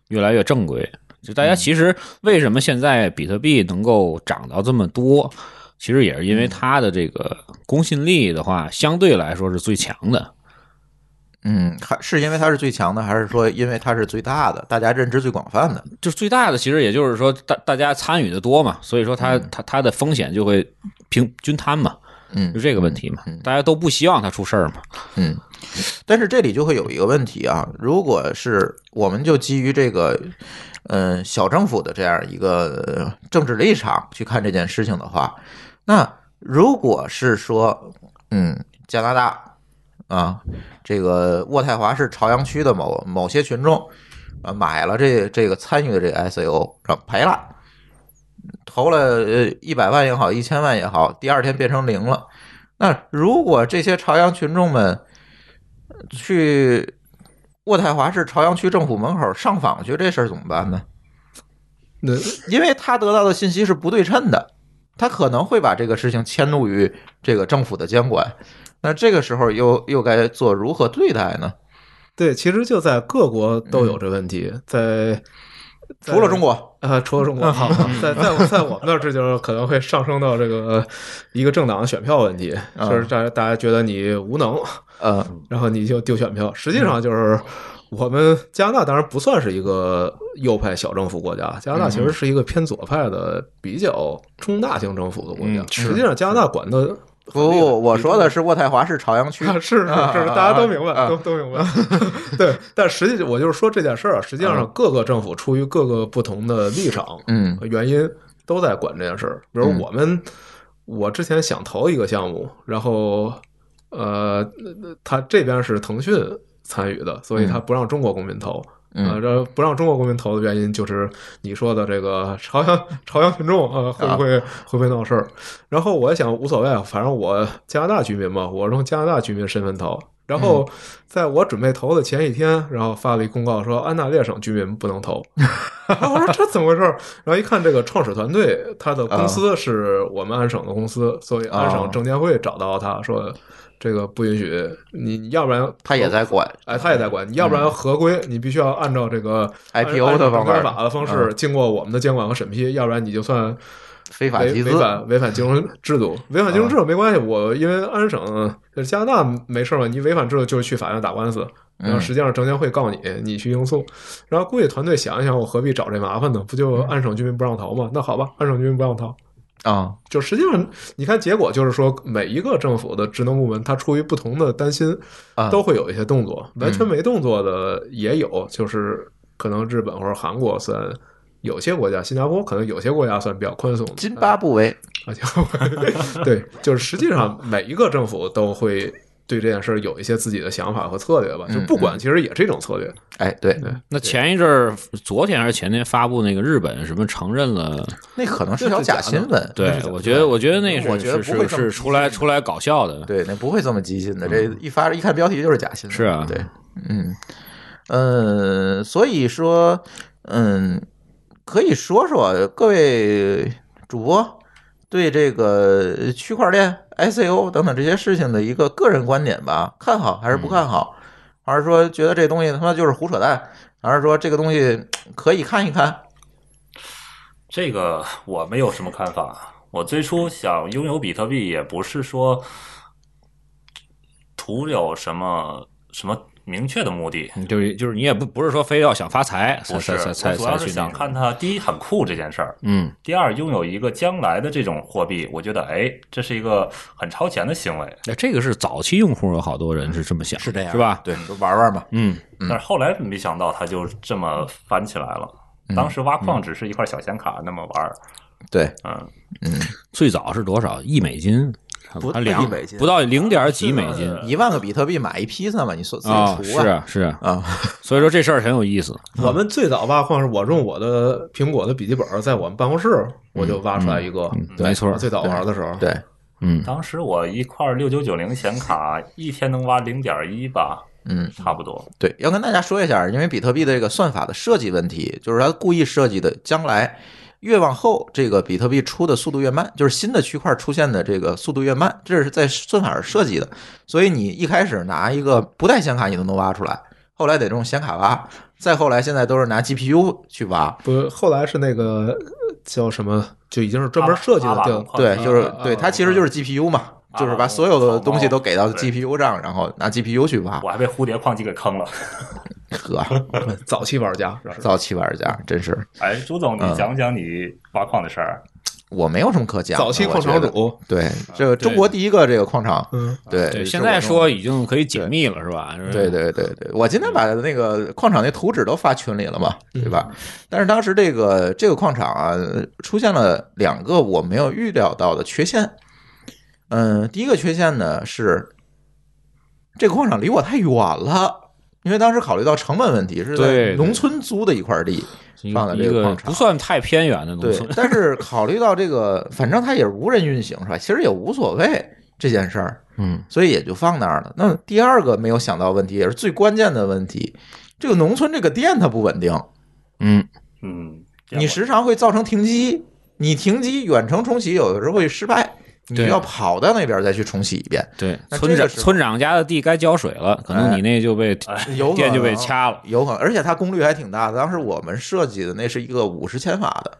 Speaker 1: 越来越正规。就
Speaker 2: 嗯
Speaker 1: 大家其实为什么现在比特币能够涨到这么多，其实也是因为它的这个公信力的话，相对来说是最强的。
Speaker 2: 嗯，还是因为它是最强的，还是说因为它是最大的，大家认知最广泛的？
Speaker 1: 就是最大的，其实也就是说大大家参与的多嘛，所以说它它它的风险就会平均摊嘛，
Speaker 2: 嗯
Speaker 1: 就这个问题嘛，大家都不希望它出事儿嘛。
Speaker 2: 嗯，但是这里就会有一个问题啊，如果是我们就基于这个，嗯、小政府的这样一个呃政治立场去看这件事情的话，那如果是说，嗯，加拿大啊，这个渥太华市朝阳区的某某些群众啊买了这这个参与的这个 ICO，然后赔了。投了呃一百万也好，一千万也好，第二天变成零了。那如果这些朝阳群众们去渥太华市朝阳区政府门口上访去，这事儿怎么办呢？
Speaker 3: 那
Speaker 2: 因为他得到的信息是不对称的，他可能会把这个事情迁怒于这个政府的监管。那这个时候又又该做如何对待呢？
Speaker 3: 对，其实就在各国
Speaker 2: 嗯
Speaker 3: 都有这问题，在
Speaker 2: 除了中国，
Speaker 3: 啊，除了中国，好，在在我在我们那儿，这就是可能会上升到这个一个政党的选票问题，
Speaker 2: 嗯
Speaker 3: 就是大家大家觉得你无能，
Speaker 2: 呃，
Speaker 3: 然后你就丢选票。实际上就是我们加拿大当然不算是一个右派小政府国家，加拿大其实是一个偏左派的比较中大型政府的国家
Speaker 1: 嗯。
Speaker 3: 实际上加拿大管的
Speaker 2: 不，我说的是渥太华市朝阳区
Speaker 3: 啊，是是是，
Speaker 2: 啊啊
Speaker 3: 大家都明
Speaker 2: 啊
Speaker 3: 白，都都明白。 对，但实际我就是说这件事儿啊，实际上
Speaker 2: 嗯
Speaker 3: 各个政府出于各个不同的立场，
Speaker 2: 嗯
Speaker 3: 和呃原因都在管这件事儿。比如
Speaker 2: 嗯
Speaker 3: 我们，我之前想投一个项目，然后呃，那那他这边是腾讯参与的，所以他不让中国公民投。
Speaker 2: 嗯
Speaker 3: 呃，这不让中国公民投的原因就是你说的这个朝阳 朝阳群众呃会不会、
Speaker 2: 啊
Speaker 3: 会不会啊闹事儿？然后我也想无所谓，反正我加拿大居民嘛，我是用加拿大居民身份投。然后
Speaker 2: 嗯
Speaker 3: 在我准备投的前一天，然后发了一公告说安大略省居民不 能投。我说这怎么回事儿？然后一看这个创始团队，他的公司是我们安省的公司，所以安
Speaker 2: 啊
Speaker 3: 省证监会找到他说。这个不允许你，你要不然
Speaker 2: 他也在管，
Speaker 3: 哎，他也在
Speaker 2: 嗯
Speaker 3: 管，你要不然合规，你必须要按照这个
Speaker 2: IPO 的
Speaker 3: 按按照
Speaker 2: 方法嗯
Speaker 3: 证券法的方式，经过我们的监管和审批，要不然你就算
Speaker 2: 非法
Speaker 3: 违
Speaker 2: 集
Speaker 3: 违
Speaker 2: 资，嗯
Speaker 3: 反违反金融制度，违反金融制度没关系，我因为安省就是加拿大没事嘛，你违反制度就是去法院打官司，然后
Speaker 2: 嗯
Speaker 3: 实际上证监会告你，你去应诉，然后估计团队想一想，我何必找这麻烦呢？不就安省居民不让逃吗？那好吧，安省居民不让逃，
Speaker 2: 啊，
Speaker 3: 就实际上，你看结果就是说，每一个政府的职能部门，它出于不同的担心
Speaker 2: 啊，
Speaker 3: 都会有一些动作。完全没动作的也有，就是可能日本或者韩国算有些国家，新加坡可能有些国家算比较宽松的。
Speaker 2: 津巴布韦，
Speaker 3: 啊，就 对，就是实际上每一个政府都会对这件事儿有一些自己的想法和策略吧，就
Speaker 2: 嗯
Speaker 3: 不管
Speaker 2: 嗯
Speaker 3: 其实也是一种策略。
Speaker 2: 哎，对，
Speaker 1: 那前一阵儿，昨天还是前天发布那个日本什么承认了？
Speaker 2: 那可能是条假新闻，
Speaker 1: 对，我觉得，我觉得那是
Speaker 2: 嗯我觉得
Speaker 1: 是
Speaker 2: 不会
Speaker 1: 是
Speaker 2: 这么
Speaker 1: 是出来出来搞笑的。
Speaker 2: 对，那不会这么激进的，这一发一看标题就是假新闻，
Speaker 1: 啊是啊
Speaker 2: 对，嗯，呃，所以说，嗯，可以说说各位主播对这个区块链、ICO 等等这些事情的一个个人观点吧，看好还是不看好，还是说觉得这东西他妈就是胡扯淡，还是说这个东西可以看一看？
Speaker 4: 这个我没有什么看法。我最初想拥有比特币，也不是说图有什么什么明确的目的，
Speaker 1: 嗯就是就是你也不不是说非要想发财才
Speaker 4: 不是。
Speaker 1: 才才
Speaker 4: 我
Speaker 1: 才
Speaker 4: 主
Speaker 1: 才
Speaker 4: 要是
Speaker 1: 去那
Speaker 4: 想
Speaker 1: 个。
Speaker 4: 看它第一很酷这件事儿，
Speaker 1: 嗯
Speaker 4: 第二拥有一个将来的这种货币，我觉得哎，这是一个很超前的行为。
Speaker 1: 那这个是早期用户有好多人是这么想，是
Speaker 2: 这样
Speaker 1: 是吧？
Speaker 2: 对，就玩玩吧。
Speaker 1: 嗯，
Speaker 4: 但是后来没想到它就这么翻起来了。当时挖矿只是一块小显卡那么玩儿，
Speaker 2: 对，
Speaker 4: 嗯，
Speaker 1: 最早是多少一美金？
Speaker 2: 不
Speaker 1: 它两
Speaker 2: 不一美金
Speaker 1: 不到零点几美金
Speaker 4: 呃
Speaker 2: 一万个比特币买一披萨嘛，你说自己
Speaker 1: 啊！
Speaker 2: 除
Speaker 1: 是
Speaker 2: 啊。
Speaker 1: 啊是啊，
Speaker 2: 啊，
Speaker 1: 所以说这事儿很有意思。
Speaker 3: 我们最早挖矿是我用我的苹果的笔记本儿，在我们办公室我就挖出来一个，啊
Speaker 1: 嗯没错
Speaker 3: 我最早玩的时候，
Speaker 2: 对，
Speaker 1: 嗯，
Speaker 4: 当时我一块六九九零显卡一天能挖零点一吧，
Speaker 2: 嗯，
Speaker 4: 差不多。
Speaker 2: 对，要跟大家说一下，因为比特币的这个算法的设计问题，就是它故意设计的，将来越往后，这个比特币出的速度越慢，就是新的区块出现的这个速度越慢，这是在算法上设计的。所以你一开始拿一个不带显卡，你都能挖出来，后来得用显卡挖，再后来现在都是拿 GPU 去挖。
Speaker 3: 不，后来是那个呃叫什么，就已经是专门设计的
Speaker 4: 阿瓦
Speaker 3: 电
Speaker 4: 隆矿
Speaker 2: 对，
Speaker 4: 机
Speaker 2: 就是
Speaker 3: 啊
Speaker 2: 对，
Speaker 3: 啊
Speaker 2: 它其实就是 GPU 嘛，就是
Speaker 3: 哦
Speaker 2: 把所有的东西都给到
Speaker 4: 对
Speaker 2: GPU 上，然后拿 GPU 去挖
Speaker 4: 我。还被蝴蝶矿机给坑了。
Speaker 2: 呵，
Speaker 3: 早期玩家，然后
Speaker 2: 早期玩家真是，
Speaker 4: 哎，朱总，你讲讲你挖矿的事儿。
Speaker 2: 我没有什么可讲的。
Speaker 3: 早期矿
Speaker 2: 我
Speaker 3: 场
Speaker 2: 觉得
Speaker 3: 主，
Speaker 2: 对，这个中国第一个这个矿场，
Speaker 3: 嗯，
Speaker 2: 对，
Speaker 1: 啊对，
Speaker 2: 是
Speaker 1: 现
Speaker 2: 我
Speaker 1: 在
Speaker 2: 弄
Speaker 1: 说
Speaker 2: 的，
Speaker 1: 已经可以解密了，是吧？是吧
Speaker 2: 对对对对，我今天把那个矿场那图纸都发群里了嘛，对吧？
Speaker 1: 嗯
Speaker 2: 但是当时这个这个矿场啊，出现了两个我没有预料到的缺陷。嗯，第一个缺陷呢是这个矿场离我太远了。因为当时考虑到成本问题，是在
Speaker 1: 对对
Speaker 2: 农村租的一块地
Speaker 1: 一
Speaker 2: 放在
Speaker 1: 一
Speaker 2: 这
Speaker 1: 个
Speaker 2: 矿场，
Speaker 1: 不算太偏远的农
Speaker 2: 对
Speaker 1: 村，
Speaker 2: 但是考虑到这个，反正它也是无人运行，是吧？其实也无所谓这件事儿，
Speaker 1: 嗯，
Speaker 2: 所以也就放那儿了。那第二个没有想到问题，也是最关键的问题，这个农村这个电它不稳定，
Speaker 1: 嗯，
Speaker 4: 嗯，
Speaker 2: 你时常会造成停机，你停机远程重启有的时候会失败，你就
Speaker 1: 对
Speaker 2: 要跑到那边再去重启一遍，
Speaker 1: 对，
Speaker 2: 那
Speaker 1: 村
Speaker 2: 这个
Speaker 1: 长
Speaker 2: 时候哎
Speaker 1: 村长家的地该浇水了，可能你那就被
Speaker 2: 有可
Speaker 1: 电
Speaker 2: 能啊
Speaker 1: 就被掐 了。
Speaker 2: 有可能，而且它功率还挺大的。当时我们设计的那是一个五十千瓦的，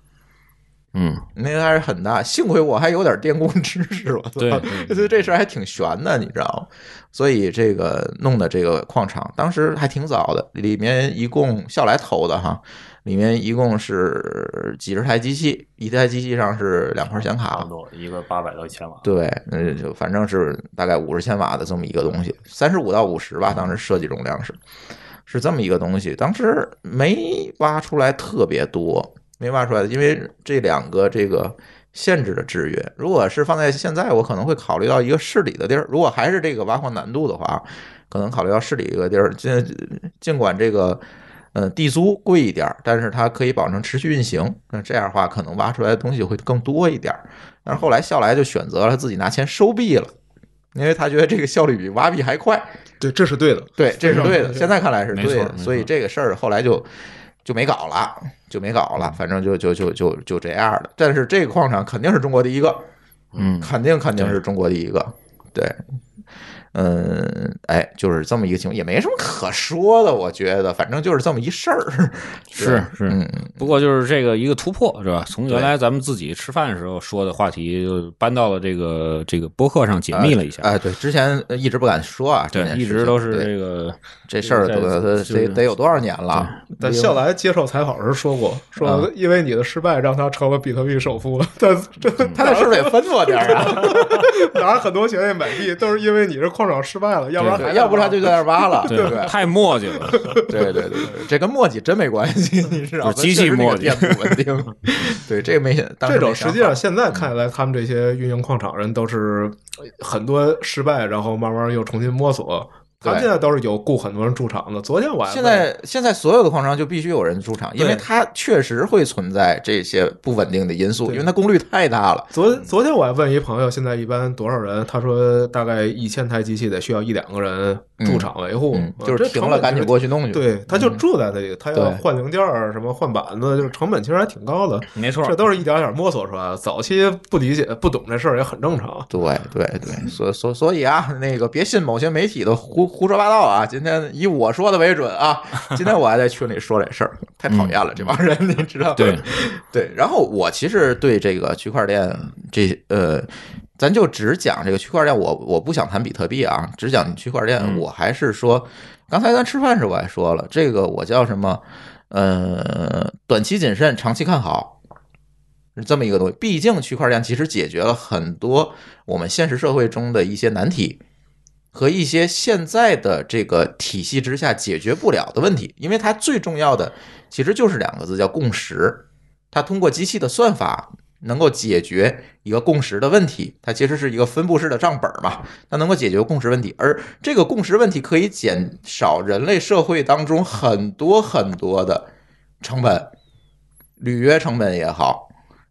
Speaker 1: 嗯，
Speaker 2: 那个还是很大，幸亏我还有点电工知识，我操
Speaker 1: 对，对
Speaker 2: 所以这事儿还挺悬的，你知道吗？所以这个弄的这个矿场，当时还挺早的，里面一共笑来投的哈，里面一共是几十台机器，一台机器上是两块显
Speaker 4: 差
Speaker 2: 卡
Speaker 4: 不，多一个八百到一千瓦。
Speaker 2: 对，嗯，就反正是大概五十千瓦的这么一个东西，三十五到五十吧，当时设计容量是是这么一个东西，当时没挖出来特别多，没挖出来，因为这两个这个限制的制约，如果是放在现在，我可能会考虑到一个市里的地儿，如果还是这个挖矿难度的话，可能考虑到市里一个地儿，尽尽管这个。呃，地租贵一点儿，但是它可以保证持续运行。那这样的话，可能挖出来的东西会更多一点儿。但是后来笑来就选择了自己拿钱收币了，因为他觉得这个效率比挖币还快，
Speaker 3: 对，这是对的。
Speaker 2: 对，这是对的，
Speaker 3: 对
Speaker 2: 现在看来是
Speaker 1: 没错
Speaker 2: 对的，
Speaker 1: 没错
Speaker 2: 所以这个事儿后来就就没搞了，就没搞
Speaker 1: 嗯
Speaker 2: 了，反正就就就就就这样的。但是这个矿场肯定是中国第一个，
Speaker 1: 嗯，
Speaker 2: 肯定肯定是中国第一个，对。嗯，哎，就是这么一个情况，也没什么可说的，我觉得，反正就是这么一事儿。
Speaker 1: 是是，
Speaker 2: 嗯，
Speaker 1: 不过就是这个一个突破是吧？从原来咱们自己吃饭的时候说的话题，就搬到了这个这个播客上解密了一下。
Speaker 2: 哎，对，之前一直不敢说啊，这
Speaker 1: 对，
Speaker 2: 件
Speaker 1: 一
Speaker 2: 事
Speaker 1: 直
Speaker 2: 情
Speaker 1: 都是
Speaker 2: 对
Speaker 1: 这个
Speaker 2: 这事儿
Speaker 1: 在
Speaker 2: 得得
Speaker 1: 就是
Speaker 2: 得得有多少年了？
Speaker 3: 但向来接受采访时说过，
Speaker 2: 啊
Speaker 3: 说因为你的失败让他成了比特币首富，但这
Speaker 2: 他那是不是得分我点儿啊？
Speaker 3: 拿着很多钱去买币，都是因为你这矿场失败了，要不然还
Speaker 2: 对要不他就在那儿挖了，不 对？
Speaker 1: 太磨叽了。
Speaker 2: 对对对对，这跟墨迹真没关系， 你知道吗？
Speaker 1: 不是机器墨迹
Speaker 2: 确实那个电不稳定。对，这没当时
Speaker 3: 这种
Speaker 2: 没想
Speaker 3: 实际上
Speaker 2: 好嗯
Speaker 3: 现在看来，他们这些运营矿场人都是很多失败，然后慢慢又重新摸索。他们
Speaker 2: 对
Speaker 3: 现在都是有雇很多人驻场的。昨天我还
Speaker 2: 现在现在所有的矿商就必须有人出场，因为
Speaker 3: 对
Speaker 2: 它确实会存在这些不稳定的因素，
Speaker 3: 对
Speaker 2: 因为它功率太大了。
Speaker 3: 昨昨天我还问一朋友，现在一般多少人？他说大概一千台机器得需要一两个人驻场维护
Speaker 2: 嗯，，
Speaker 3: 啊
Speaker 2: 就是停了赶紧。
Speaker 3: 这成本其实
Speaker 2: 过去
Speaker 1: 哎
Speaker 2: 弄去。
Speaker 3: 对，他
Speaker 1: 嗯
Speaker 3: 就住在那里，他要
Speaker 2: 对
Speaker 3: 换零件儿、什么换板子，就是成本其实还挺高的。
Speaker 1: 没错
Speaker 3: 这都是一点点摸索出来的。早期不理解、不懂这事儿也很正常。
Speaker 2: 对对对，所所所以啊，那个别信某些媒体的胡胡说八道啊！今天以我说的为准啊！今天我还在群里说这事儿，太讨厌了，这帮人，你知道吗？
Speaker 1: 对
Speaker 2: 对。然后我其实对这个区块链这呃，咱就只讲这个区块链，我我不想谈比特币啊，只讲区块链。我还是说，刚才咱吃饭时我还说了，这个我叫什么？呃，短期谨慎，长期看好。是这么一个东西。毕竟区块链其实解决了很多我们现实社会中的一些难题和一些现在的这个体系之下解决不了的问题，因为它最重要的其实就是两个字，叫共识。它通过机器的算法能够解决一个共识的问题，它其实是一个分布式的账本嘛，它能够解决共识问题，而这个共识问题可以减少人类社会当中很多很多的成本，履约成本也好，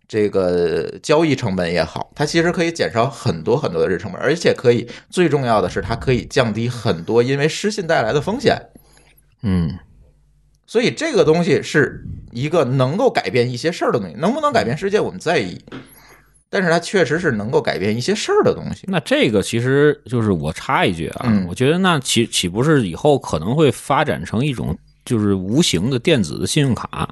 Speaker 2: 这个交易成本也好，它其实可以减少很多很多的这成本，而且可以最重要的是，它可以降低很多因为失信带来的风险。
Speaker 1: 嗯，
Speaker 2: 所以这个东西是一个能够改变一些事儿的东西，能不能改变世界我们在意，但是它确实是能够改变一些事儿的东西。
Speaker 1: 那这个其实就是我插一句啊，
Speaker 2: 嗯
Speaker 1: 我觉得那岂岂不是以后可能会发展成一种就是无形的电子的信用卡，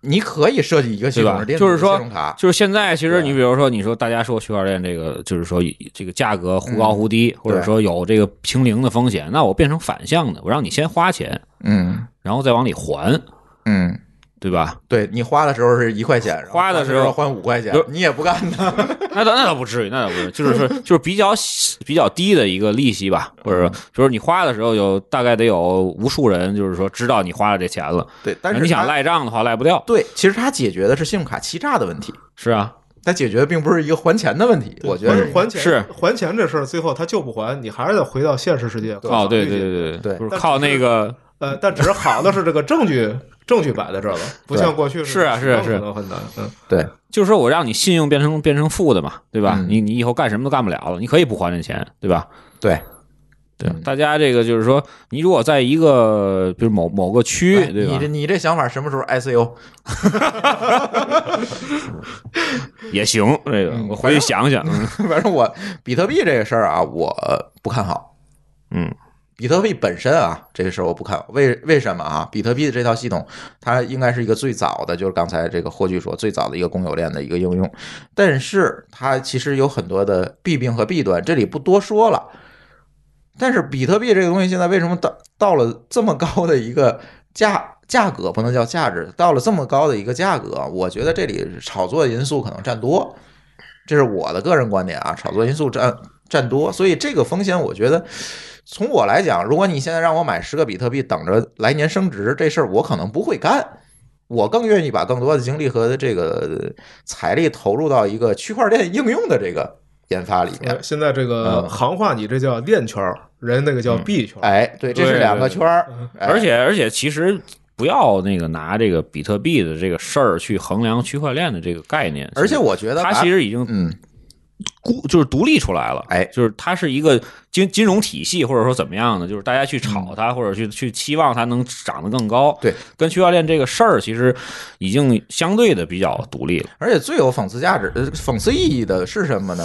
Speaker 2: 你可以设计一个系
Speaker 1: 对
Speaker 2: 统
Speaker 1: 吧？
Speaker 2: 是电子
Speaker 1: 就是
Speaker 2: 信
Speaker 1: 说
Speaker 2: 用卡，，
Speaker 1: 就是现在其实
Speaker 2: 啊对
Speaker 1: 你比如说，你说大家说区块链这个，就是说以这个价格忽
Speaker 2: 嗯
Speaker 1: 高忽低，或者说有这个清零的风险，那我变成反向的，我让你先花钱，
Speaker 2: 嗯
Speaker 1: 然后再往里还，
Speaker 2: 嗯，
Speaker 1: 对吧？
Speaker 2: 对你花的时候是一块钱，然后
Speaker 1: 花的时候
Speaker 2: 还五块钱
Speaker 1: 就，
Speaker 2: 你也不干它。
Speaker 1: 那倒那倒不至于，那倒不至于，就是说就是比较比较低的一个利息吧，或者说就是你花的时候有大概得有无数人，就是说知道你花了这钱了，
Speaker 2: 对，但是
Speaker 1: 啊你想
Speaker 2: 它
Speaker 1: 赖账的话赖不掉，
Speaker 2: 对，其实它解决的是信用卡欺诈的问题。
Speaker 1: 是啊，
Speaker 2: 它解决的并不是一个还钱的问题，我觉得
Speaker 3: 还钱
Speaker 1: 是
Speaker 3: 还钱这事儿，最后他就不还，你还是得回到现实世界。
Speaker 1: 哦，对对对对
Speaker 2: 对
Speaker 1: 就是
Speaker 3: 但
Speaker 1: 靠那个
Speaker 3: 呃，但只是好的是这个证据，证据摆在这儿了，不像过去
Speaker 1: 是啊是啊是啊
Speaker 3: 可能很难。嗯，
Speaker 2: 对
Speaker 1: 就是说我让你信用变成变成负的嘛，对吧？
Speaker 2: 嗯
Speaker 1: 你你以后干什么都干不了了，你可以不还这钱，对吧？
Speaker 2: 对
Speaker 1: 对吧
Speaker 2: 嗯，
Speaker 1: 大家这个就是说，你如果在一个比如某某个区域，
Speaker 2: 哎
Speaker 1: 对
Speaker 2: 你
Speaker 1: 吧
Speaker 2: 这？你这想法什么时候 ICO？
Speaker 1: 也行，这个我回去想想，嗯
Speaker 2: 反正我比特币这个事儿啊，我不看好。
Speaker 1: 嗯，
Speaker 2: 比特币本身啊，这个事儿我不看好。为为什么啊？比特币的这套系统，它应该是一个最早的，就是刚才这个霍炬说最早的一个公有链的一个应用，但是它其实有很多的弊病和弊端，这里不多说了。但是比特币这个东西现在为什么到到了这么高的一个价价格，不能叫价值，到了这么高的一个价格，我觉得这里炒作因素可能占多，这是我的个人观点啊，炒作因素占占多，所以这个风险我觉得从我来讲，如果你现在让我买十个比特币，等着来年升值这事儿，我可能不会干。我更愿意把更多的精力和这个财力投入到一个区块链应用的这个研发里面
Speaker 3: 呃。现在这个
Speaker 2: 嗯
Speaker 3: 行话，你这叫链圈儿，人那个
Speaker 1: 嗯
Speaker 3: 叫币圈儿。
Speaker 2: 哎，对，这是
Speaker 1: 对
Speaker 2: 两个
Speaker 1: 对
Speaker 2: 圈儿，哎
Speaker 1: 而且而且其实不要那个拿这个比特币的这个事儿去衡量区块链的这个概念，
Speaker 2: 而且我觉得
Speaker 1: 它
Speaker 2: 把
Speaker 1: 其实已经
Speaker 2: 嗯，
Speaker 1: 孤就是独立出来了，
Speaker 2: 哎
Speaker 1: 就是它是一个金金融体系，或者说怎么样呢？就是大家去炒它，或者去去期望它能长得更高。
Speaker 2: 嗯对，
Speaker 1: 跟区块链这个事儿其实已经相对的比较独立了。
Speaker 2: 而且最有讽刺价值、呃讽刺意义的是什么呢？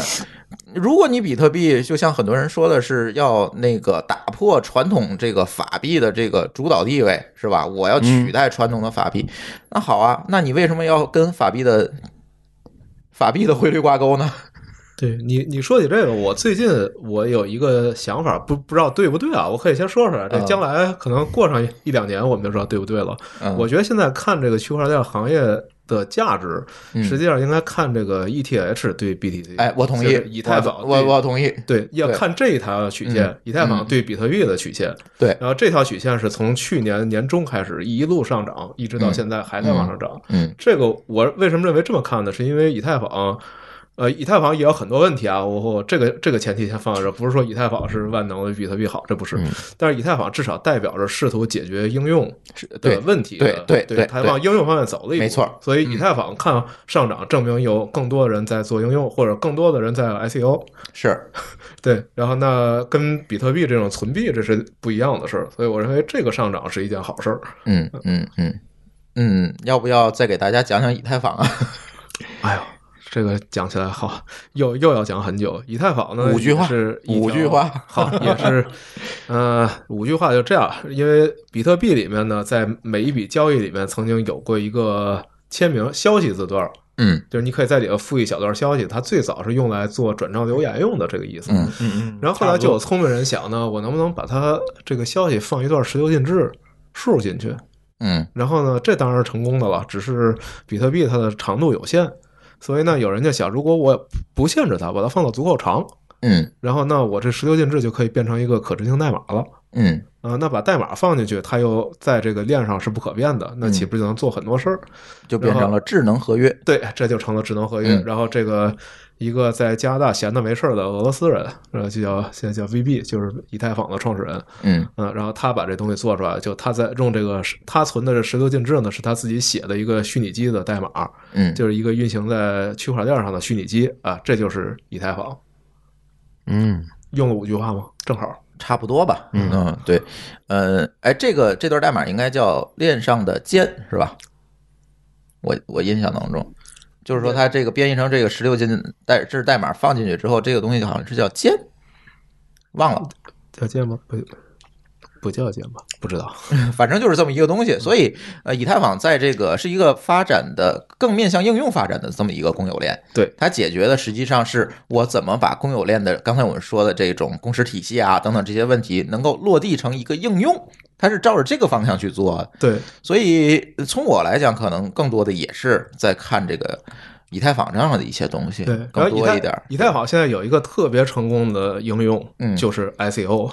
Speaker 2: 如果你比特币就像很多人说的是要那个打破传统这个法币的这个主导地位，是吧？我要
Speaker 3: 嗯
Speaker 2: 取代传统的法币，那好啊，那你为什么要跟法币的法币的汇率挂钩呢？
Speaker 3: 对你，你说起这个，我最近我有一个想法，不不知道对不对啊？我可以先说出来，这
Speaker 2: 嗯
Speaker 3: 将来可能过上一一两年，我们就知道对不对了。
Speaker 2: 嗯，
Speaker 3: 我觉得现在看这个区块链行业的价值，
Speaker 2: 嗯
Speaker 3: 实际上应该看这个 ETH 对 BTC。
Speaker 2: 哎，我同意
Speaker 3: 就是，以太坊
Speaker 2: 我我
Speaker 3: 对
Speaker 2: 我同意，
Speaker 3: 对，要
Speaker 2: 对
Speaker 3: 看这一条曲线，
Speaker 2: 嗯
Speaker 3: 以太坊
Speaker 2: 嗯
Speaker 3: 对比特币的曲线。
Speaker 2: 对
Speaker 3: 然后这条曲线是从去年年中开始一路上涨，一直到
Speaker 2: 嗯
Speaker 3: 现在还在往上涨。
Speaker 2: 嗯
Speaker 3: 这个我为什么认为这么看呢？是因为以太坊，呃，以太坊也有很多问题啊。我我这个这个前提先放在这儿，不是说以太坊是万能的比特币好，这不
Speaker 2: 嗯
Speaker 3: 是。但是以太坊至少代表着试图解决应用
Speaker 2: 对
Speaker 3: 的问题的，
Speaker 2: 对对对
Speaker 3: 它
Speaker 2: 对
Speaker 3: 往应用方面走了一步，
Speaker 2: 没错嗯
Speaker 3: 所以以太坊看上涨，证明有更多的人在做应用，或者更多的人在 ICO。
Speaker 2: 是，
Speaker 3: 对，然后那跟比特币这种存币这是不一样的事儿，所以我认为这个上涨是一件好事儿。
Speaker 2: 嗯嗯嗯嗯，要不要再给大家讲讲以太坊啊？
Speaker 3: 哎呦，这个讲起来好， 又又要讲很久。以太坊呢，
Speaker 2: 五句话
Speaker 3: 也是一条
Speaker 2: 五句话
Speaker 3: 好，也 是，呃，五句话就这样。因为比特币里面呢，在每一笔交易里面曾经有过一个签名消息字段儿，
Speaker 2: 嗯
Speaker 3: 就是你可以在里头附一小段消息，它最早是用来做转账留言用的这个意思。
Speaker 2: 嗯
Speaker 4: 嗯
Speaker 3: 然后后来就有聪明人想呢，我能不能把它这个消息放一段石油进制数进去？
Speaker 2: 嗯
Speaker 3: 然后呢，这当然是成功的了，只是比特币它的长度有限，所以呢，有人就想，如果我不限制它，把它放到足够长，
Speaker 2: 嗯
Speaker 3: 然后那我这石油进制就可以变成一个可执行代码了。
Speaker 2: 嗯
Speaker 3: 啊、那把代码放进去，它又在这个链上是不可变的，那岂不是就能做很多事儿？
Speaker 2: 就变成
Speaker 3: 然后
Speaker 2: 了智能合约。
Speaker 3: 对，这就成了智能合约。
Speaker 2: 嗯
Speaker 3: 然后这个一个在加拿大闲的没事儿的俄罗斯人，然后就叫现在叫 VB，就是以太坊的创始人，
Speaker 2: 嗯
Speaker 3: 嗯，然后他把这东西做出来，就他在用这个他存的这十六进制呢，是他自己写的一个虚拟机的代码，
Speaker 2: 嗯，
Speaker 3: 就是一个运行在区块链上的虚拟机啊，这就是以太坊。
Speaker 1: 嗯，
Speaker 3: 用了五句话吗？正好。
Speaker 2: 差不多吧。
Speaker 1: 嗯
Speaker 2: 对，呃，哎，这个这段代码应该叫链上的键是吧？我我印象当中，就是说它这个编译成这个十六进代这是代码放进去之后，这个东西好像是叫键，忘了，
Speaker 3: 叫键吗？不，不叫键吧？不知道。
Speaker 2: 反正就是这么一个东西。所以，呃，以太坊在这个是一个发展的更面向应用发展的这么一个公有链。
Speaker 3: 对，
Speaker 2: 它解决的实际上是我怎么把公有链的刚才我们说的这种共识体系啊等等这些问题能够落地成一个应用，它是照着这个方向去做的。
Speaker 3: 对，
Speaker 2: 所以呃从我来讲，可能更多的也是在看这个以太坊上的一些东西，
Speaker 3: 对，然后
Speaker 2: 更
Speaker 3: 以
Speaker 2: 多一点
Speaker 3: 太
Speaker 2: 儿
Speaker 3: 以太坊现在有一个特别成功的应用，
Speaker 2: 嗯
Speaker 3: 就是 ICO。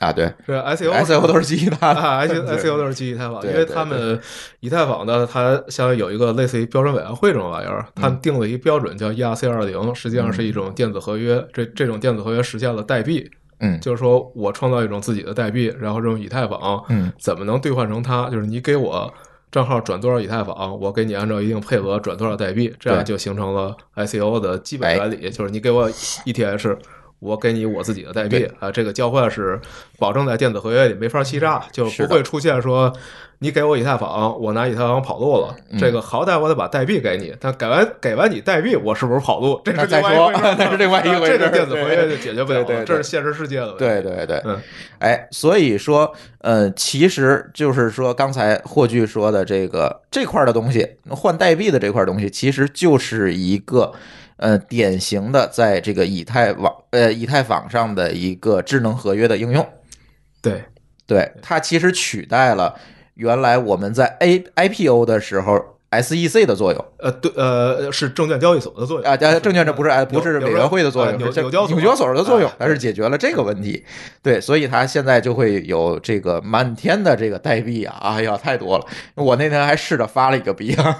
Speaker 2: 啊。对
Speaker 3: 这 ICO
Speaker 2: ，S O 都是基于它的，
Speaker 3: 啊，ICO
Speaker 2: 对
Speaker 3: ICO 都是基于以太坊，
Speaker 2: 对
Speaker 3: 因为他们以太坊呢，它相当于有一个类似于标准委员会这种玩意儿，它
Speaker 2: 嗯
Speaker 3: 定了一标准叫 ERC 二零，实际上是一种电子合约。这这种电子合约实现了代币，
Speaker 2: 嗯
Speaker 3: 就是说我创造一种自己的代币，然后用以太坊，
Speaker 2: 嗯，
Speaker 3: 怎么能兑换成它？就是你给我账号转多少以太坊，我给你按照一定配额转多少代币，这样
Speaker 2: 对
Speaker 3: 就形成了 ICO 的基本原理，就是你给我 ETH。我给你我自己的代币
Speaker 2: 对
Speaker 3: 啊，这个交换是保证在电子合约里没法欺诈，就是
Speaker 2: 嗯
Speaker 3: 不
Speaker 2: 的
Speaker 3: 会出现说你给我以太坊，我拿以太坊跑路了。
Speaker 2: 嗯
Speaker 3: 这个好歹我得把代币给你，但给完给完你代币，我是不是跑路？这
Speaker 2: 那
Speaker 3: 是
Speaker 2: 再
Speaker 3: 另外一
Speaker 2: 说
Speaker 3: 回事儿
Speaker 2: 那是另外一
Speaker 3: 啊
Speaker 2: 回
Speaker 3: 这
Speaker 2: 事儿
Speaker 3: 个电子合约
Speaker 2: 对
Speaker 3: 就解决不了了，
Speaker 2: 对对对
Speaker 3: 这是现实世界的问题。
Speaker 2: 对对对，
Speaker 3: 嗯
Speaker 2: 哎，所以说，呃，其实就是说刚才霍炬说的这个这块儿的东西，换代币的这块儿东西，其实就是一个呃典型的在这个以太网呃以太坊上的一个智能合约的应用。
Speaker 3: 对，
Speaker 2: 对，它其实取代了原来我们在 A IPO 的时候 SEC 的作用
Speaker 3: 呃，对，呃，是证券交易所的作用
Speaker 2: 啊，证券这不是哎不是
Speaker 3: 纽
Speaker 2: 委员会的作用，
Speaker 3: 纽
Speaker 2: 是这
Speaker 3: 纽交所
Speaker 2: 纽交所的作用
Speaker 3: 哎，
Speaker 2: 它是解决了这个问题。对，所以它现在就会有这个满天的这个代币啊，哎呀，太多了！我那天还试着发了一个币啊，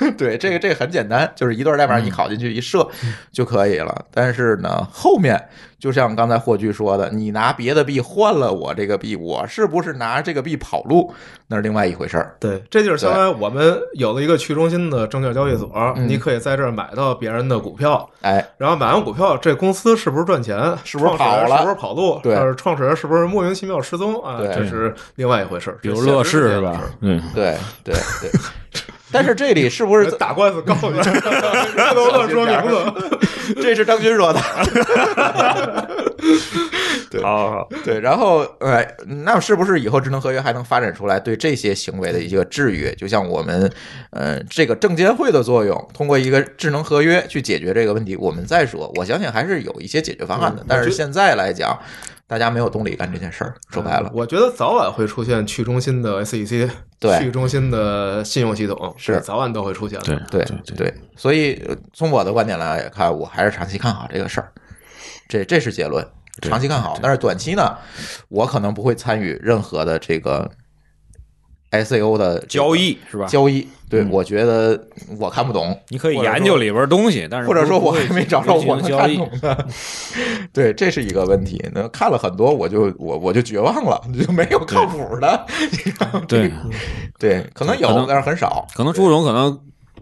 Speaker 3: 嗯
Speaker 2: 对，这个这个很简单，就是一段代码你拷进去一设就可以了。但是呢，后面就像刚才霍炬说的，你拿别的币换了我这个币，我是不是拿这个币跑路，那是另外一回事儿。
Speaker 3: 对，这就是相当于我们有了一个去中心的证券交易所，
Speaker 2: 嗯
Speaker 3: 你可以在这儿买到别人的股票，
Speaker 2: 哎，
Speaker 3: 然后买完股票，这公司是不是赚钱？
Speaker 2: 是不是
Speaker 3: 创始
Speaker 2: 跑
Speaker 3: 人
Speaker 2: 了
Speaker 3: 是不是跑路？
Speaker 2: 对
Speaker 3: 呃创始人是不是莫名其妙失踪啊？
Speaker 2: 对
Speaker 3: 这是另外一回事儿。
Speaker 1: 比如
Speaker 3: 这现
Speaker 1: 乐
Speaker 3: 实
Speaker 1: 视
Speaker 3: 界
Speaker 1: 是
Speaker 3: 的
Speaker 1: 吧
Speaker 3: 事儿？
Speaker 1: 嗯，
Speaker 2: 对对对。 但是这里是不是
Speaker 3: 人打官司告你， 不能乱说名字。
Speaker 2: 这是张军说的？对
Speaker 4: 好好，
Speaker 2: 对，然后哎，那是不是以后智能合约还能发展出来对这些行为的一个制约？就像我们呃这个证监会的作用，通过一个智能合约去解决这个问题，我们再说，我相信还是有一些解决方
Speaker 1: 嗯
Speaker 2: 案的。但是现在来讲，大家没有动力干这件事儿， 说白
Speaker 1: 嗯
Speaker 2: 了，
Speaker 3: 我觉得早晚会出现去中心的 SEC，
Speaker 2: 对
Speaker 3: 去中心的信用系统
Speaker 2: 是
Speaker 3: 早晚都会出现的。
Speaker 1: 对
Speaker 2: 对对，所以呃从我的观点来看，我还是长期看好这个事儿，这这是结论，
Speaker 1: 对
Speaker 2: 长期看好。但是短期呢，我可能不会参与任何的这个 ICO 的这个
Speaker 1: 交易是吧？
Speaker 2: 交易。对，
Speaker 1: 嗯
Speaker 2: 我觉得我看不懂，
Speaker 1: 你可以
Speaker 2: 或者说
Speaker 1: 研究里边东西，但是
Speaker 2: 或者说
Speaker 1: 不
Speaker 2: 我
Speaker 1: 会
Speaker 2: 还没找着
Speaker 1: 不会
Speaker 2: 我能
Speaker 1: 进行交
Speaker 2: 看
Speaker 1: 易
Speaker 2: 懂。的。 对，这是一个问题。那看了很多，我就我我就绝望了，就没有靠谱的。
Speaker 1: 对，
Speaker 2: 对，可能
Speaker 1: 可
Speaker 2: 有，
Speaker 1: 能
Speaker 2: 但是很少。
Speaker 1: 可能朱总可能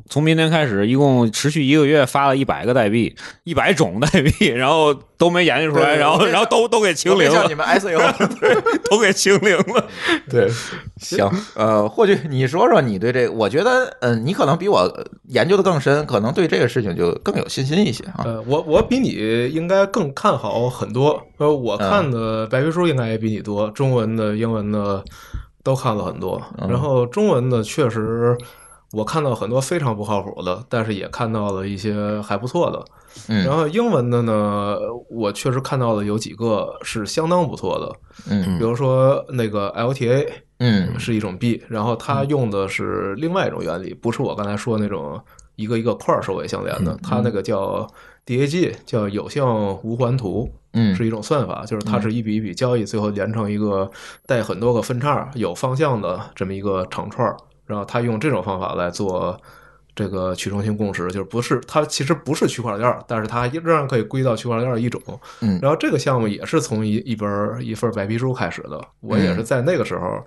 Speaker 1: 从明天开始，一共持续一个月发了一百个代币，一百种代币，然后都没研究出来，
Speaker 2: 对
Speaker 1: 然后
Speaker 2: 我也想
Speaker 1: 然后都都给清
Speaker 2: 我没
Speaker 1: 零
Speaker 2: 像
Speaker 1: 了
Speaker 2: 你， 们 ICO
Speaker 1: 都给清零了。
Speaker 2: 对，行，呃，或许你说说你对这个，我觉得，嗯、你可能比我呃研究的更深，可能对这个事情就更有信心一些啊。
Speaker 3: 呃，我我比你应该更看好很多。呃，我
Speaker 2: 嗯
Speaker 3: 看的白皮书应该也比你多，中文的、英文的都看了很多。
Speaker 2: 嗯
Speaker 3: 然后中文的确实，我看到很多非常不靠谱的，但是也看到了一些还不错的。然
Speaker 2: 嗯
Speaker 3: 后英文的呢，我确实看到了有几个是相当不错的，
Speaker 2: 嗯
Speaker 3: 比如说那个 LTA
Speaker 2: 嗯
Speaker 3: 是一种币，然后它用的是另外一种原理，不是我刚才说那种一个一个块儿首尾相连
Speaker 2: 嗯
Speaker 3: 的，它那个叫 DAG，叫有效无环图。
Speaker 2: 嗯
Speaker 3: 是一种算法，就是它是一笔一笔交易，最后连成一个带很多个分叉、有方向的这么一个长串儿。然后它用这种方法来做这个去中心共识，就是不是它其实不是区块链儿，但是它仍然可以归到区块链儿一种。
Speaker 2: 嗯
Speaker 3: 然后这个项目也是从一一本儿一份儿白皮书开始的，我也
Speaker 2: 嗯
Speaker 3: 是在那个时候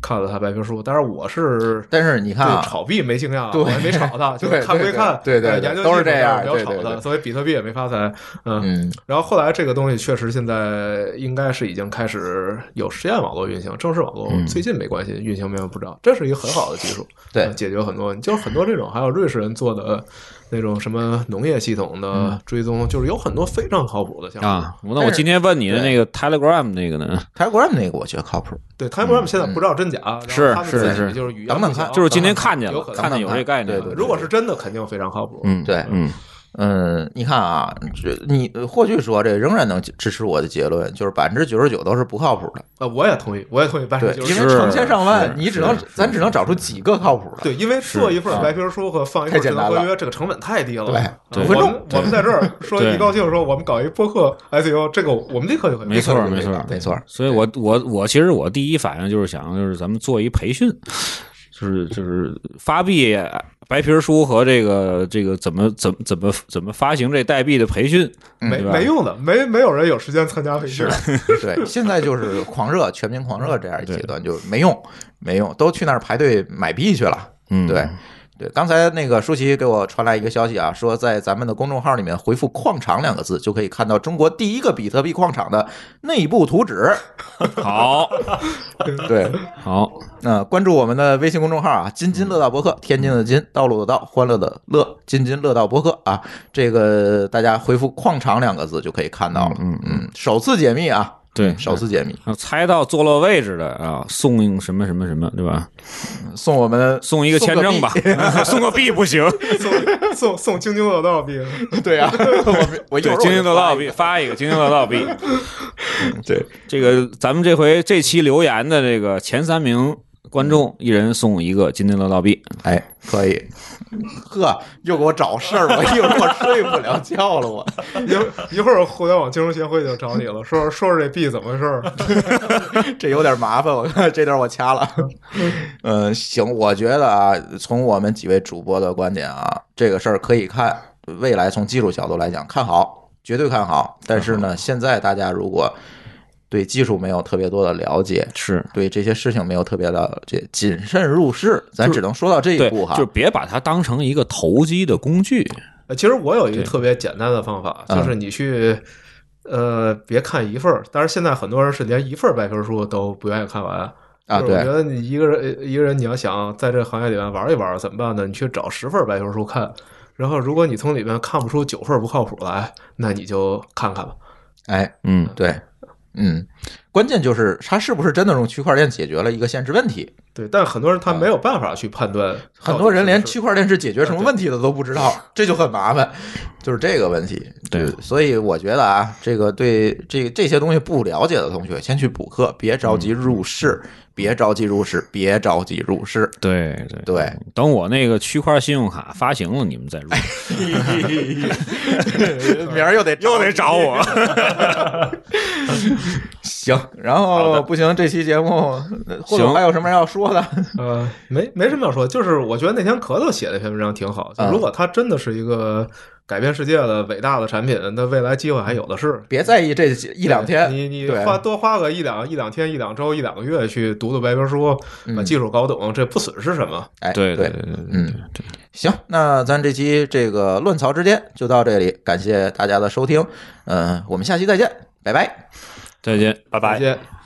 Speaker 3: 看了他白皮书，但是我是。
Speaker 2: 但是你看
Speaker 3: 对
Speaker 2: 啊，
Speaker 3: 炒币没经验啊，
Speaker 2: 对
Speaker 3: 我也没炒 它，就是
Speaker 2: 对
Speaker 3: 看归
Speaker 2: 对
Speaker 3: 看，
Speaker 2: 对对
Speaker 3: 呃
Speaker 2: 对
Speaker 3: 研究
Speaker 2: 都是
Speaker 3: 技术
Speaker 2: 这样
Speaker 3: 但是没
Speaker 2: 对
Speaker 3: 有炒
Speaker 2: 对
Speaker 3: 的，
Speaker 2: 对
Speaker 3: 所以比特币也没发财，嗯，
Speaker 2: 嗯
Speaker 3: 然后后来这个东西确实现在应该是已经开始有实验网络运行，正式网络
Speaker 2: 嗯
Speaker 3: 最近没关系，运行没有不知道，这是一个很好的技术，
Speaker 2: 对
Speaker 3: 呃解决很多问题，就是很多这种，还有瑞士人做的那种什么农业系统
Speaker 2: 嗯
Speaker 3: 的追踪，就是有很多非常靠谱的项目。
Speaker 1: 啊，那
Speaker 2: 但
Speaker 1: 我
Speaker 2: 是
Speaker 1: 今天问你的那个 Telegram 那个呢，
Speaker 2: ，Telegram 那个我觉得靠谱，
Speaker 3: 对，Timegram 现在不知道真假，
Speaker 2: 嗯
Speaker 3: 然后
Speaker 1: 是
Speaker 3: 他们
Speaker 1: 是
Speaker 3: 自己
Speaker 1: 是
Speaker 3: 就是语言
Speaker 2: 等等
Speaker 3: 不详
Speaker 2: 看
Speaker 1: 就是今天看见
Speaker 3: 有
Speaker 1: 了
Speaker 3: 可，能
Speaker 1: 看见有这概念了，
Speaker 2: 对对
Speaker 3: 如果是真的，肯定非常靠谱。
Speaker 1: 嗯，
Speaker 2: 对
Speaker 1: 嗯，
Speaker 2: 嗯，你看啊，这你或许说这仍然能支持我的结论，就是百分之九十九都是不靠谱的。
Speaker 3: 呃，我也同意，我也同意百分
Speaker 2: 对
Speaker 3: 之，九
Speaker 2: 因为
Speaker 3: 十九。
Speaker 2: 成千上万
Speaker 1: 是，
Speaker 2: 你只能
Speaker 1: 是
Speaker 2: 咱只能找出几个靠谱的。
Speaker 3: 对，因为做一份
Speaker 2: 啊
Speaker 3: 白皮书和放一份
Speaker 2: 太
Speaker 3: 智
Speaker 2: 简单
Speaker 3: 能合
Speaker 2: 了
Speaker 3: 约，这个成本太低了。
Speaker 2: 对
Speaker 3: 啊
Speaker 1: 对
Speaker 3: 我
Speaker 1: 对
Speaker 3: 们我们在这 儿说
Speaker 1: 对
Speaker 3: 一高兴说我们搞一播客 ICO，这个我们立刻就可以。
Speaker 1: 没错
Speaker 3: 立刻就可
Speaker 1: 没
Speaker 3: 以
Speaker 1: 错
Speaker 3: 搞
Speaker 2: 没错，
Speaker 1: 所以我我我其实我第一反应就是想，就是咱们做一培训，就是就是发币白皮书和这个这个怎么怎么怎么怎么发行这代币的培训，
Speaker 3: 没
Speaker 1: 嗯对吧
Speaker 3: 没用的，没没有人有时间参加培训。
Speaker 2: 对，现在就是狂热，全民狂热这样一阶段就没用，没用，都去那儿排队买币去了。
Speaker 1: 嗯，
Speaker 2: 对，对，刚才那个舒淇给我传来一个消息啊，说在咱们的公众号里面回复“矿场”两个字，就可以看到中国第一个比特币矿场的内部图纸。
Speaker 1: 好
Speaker 2: 对，
Speaker 1: 好，
Speaker 2: 那、关注我们的微信公众号啊，津津乐道博
Speaker 1: 嗯
Speaker 2: 客，天津的津，道路的道，欢乐的乐，津津乐道博客啊，这个大家回复“矿场”两个字就可以看到了。
Speaker 1: 嗯嗯
Speaker 2: 嗯，首次解密啊，
Speaker 1: 对，
Speaker 2: 首次解密，
Speaker 1: 啊猜到坐落位置的啊，送什么什么什么，对吧？
Speaker 2: 送我们
Speaker 1: 嗯送一个签证吧
Speaker 2: 送个币，
Speaker 1: 送个币不行，
Speaker 3: 送送送京津乐道币，
Speaker 2: 对 呀、我我一会
Speaker 1: 对
Speaker 2: 儿，我
Speaker 1: 京津乐道
Speaker 2: 就
Speaker 1: 币发一个，京津乐道币。
Speaker 2: 发对，
Speaker 1: 嗯这个咱们这回这期留言的这个前三名观众，一人送一个津津乐道币。
Speaker 2: 哎，可以。呵，又给我找事儿，我一会儿我睡不了觉了，我
Speaker 3: 一一会儿互联网金融协会就找你了，说说说这币怎么回事儿。
Speaker 2: 这有点麻烦，我看这段我掐了。嗯，行，我觉得啊，从我们几位主播的观点啊，这个事儿可以看未来从技术角度来讲看好。绝对看好。但是呢，现在大家如果对技术没有特别多的了解，
Speaker 1: 是
Speaker 2: 对这些事情没有特别了解，谨慎入市，咱只能说到这一
Speaker 1: 对，
Speaker 2: 步哈。
Speaker 1: 就别把它当成一个投机的工具。
Speaker 3: 呃，其实我有一个
Speaker 1: 对
Speaker 3: 特别简单的方法，
Speaker 2: 嗯
Speaker 3: 就是你去，呃，别看一份儿。但是现在很多人是连一份儿白皮书都不愿意看完
Speaker 2: 啊
Speaker 3: 就是我
Speaker 2: 对
Speaker 3: 觉得你一个人呃一个人你要想在这个行业里面玩一玩，怎么办呢？你去找十份儿白皮书看，然后如果你从里面看不出九份儿不靠谱来，那你就看看吧。
Speaker 2: 哎，
Speaker 1: 嗯，
Speaker 2: 对，嗯，关键就是它是不是真的用区块链解决了一个现实问题？
Speaker 3: 对，但很多人他没有办法去判断，
Speaker 2: 啊很多人连区块链是解决什么问题的都不知道，这就很麻烦， 就是这个问题。
Speaker 1: 对
Speaker 2: 就所以我觉得啊，这个对这这些东西不了解的同学，先去补课，别着急入市，别着急入市，别着急入 市。
Speaker 1: 对对嗯
Speaker 2: 对，
Speaker 1: 等我那个区块信用卡发行了，你们再入。
Speaker 2: 明儿又得又得
Speaker 1: 找我。
Speaker 2: 行，然
Speaker 4: 好
Speaker 2: 后
Speaker 4: 的
Speaker 2: 不行，这期节目或者
Speaker 1: 行
Speaker 2: 还有什么要说的？
Speaker 3: 呃，没没什么要说，就是我觉得那天咳嗽写的那篇文章挺好。就
Speaker 2: 嗯
Speaker 3: 如果它真的是一个改变世界的伟大的产品，那未来机会还有的是。
Speaker 2: 别在意这几一
Speaker 3: 一
Speaker 2: 两天，
Speaker 3: 你你
Speaker 2: 对
Speaker 3: 花多花个一两一两天、一两周、一两个月去读读白皮书，把
Speaker 2: 嗯
Speaker 3: 技术搞懂，这不损失什么。
Speaker 2: 哎，
Speaker 1: 对
Speaker 2: 对
Speaker 1: 对对对，
Speaker 2: 嗯，行，那咱这期这个乱曹之间就到这里，呃感谢大家的收听，嗯、我们下期再见，拜拜。
Speaker 1: 再见。
Speaker 4: 拜拜
Speaker 3: 再。见。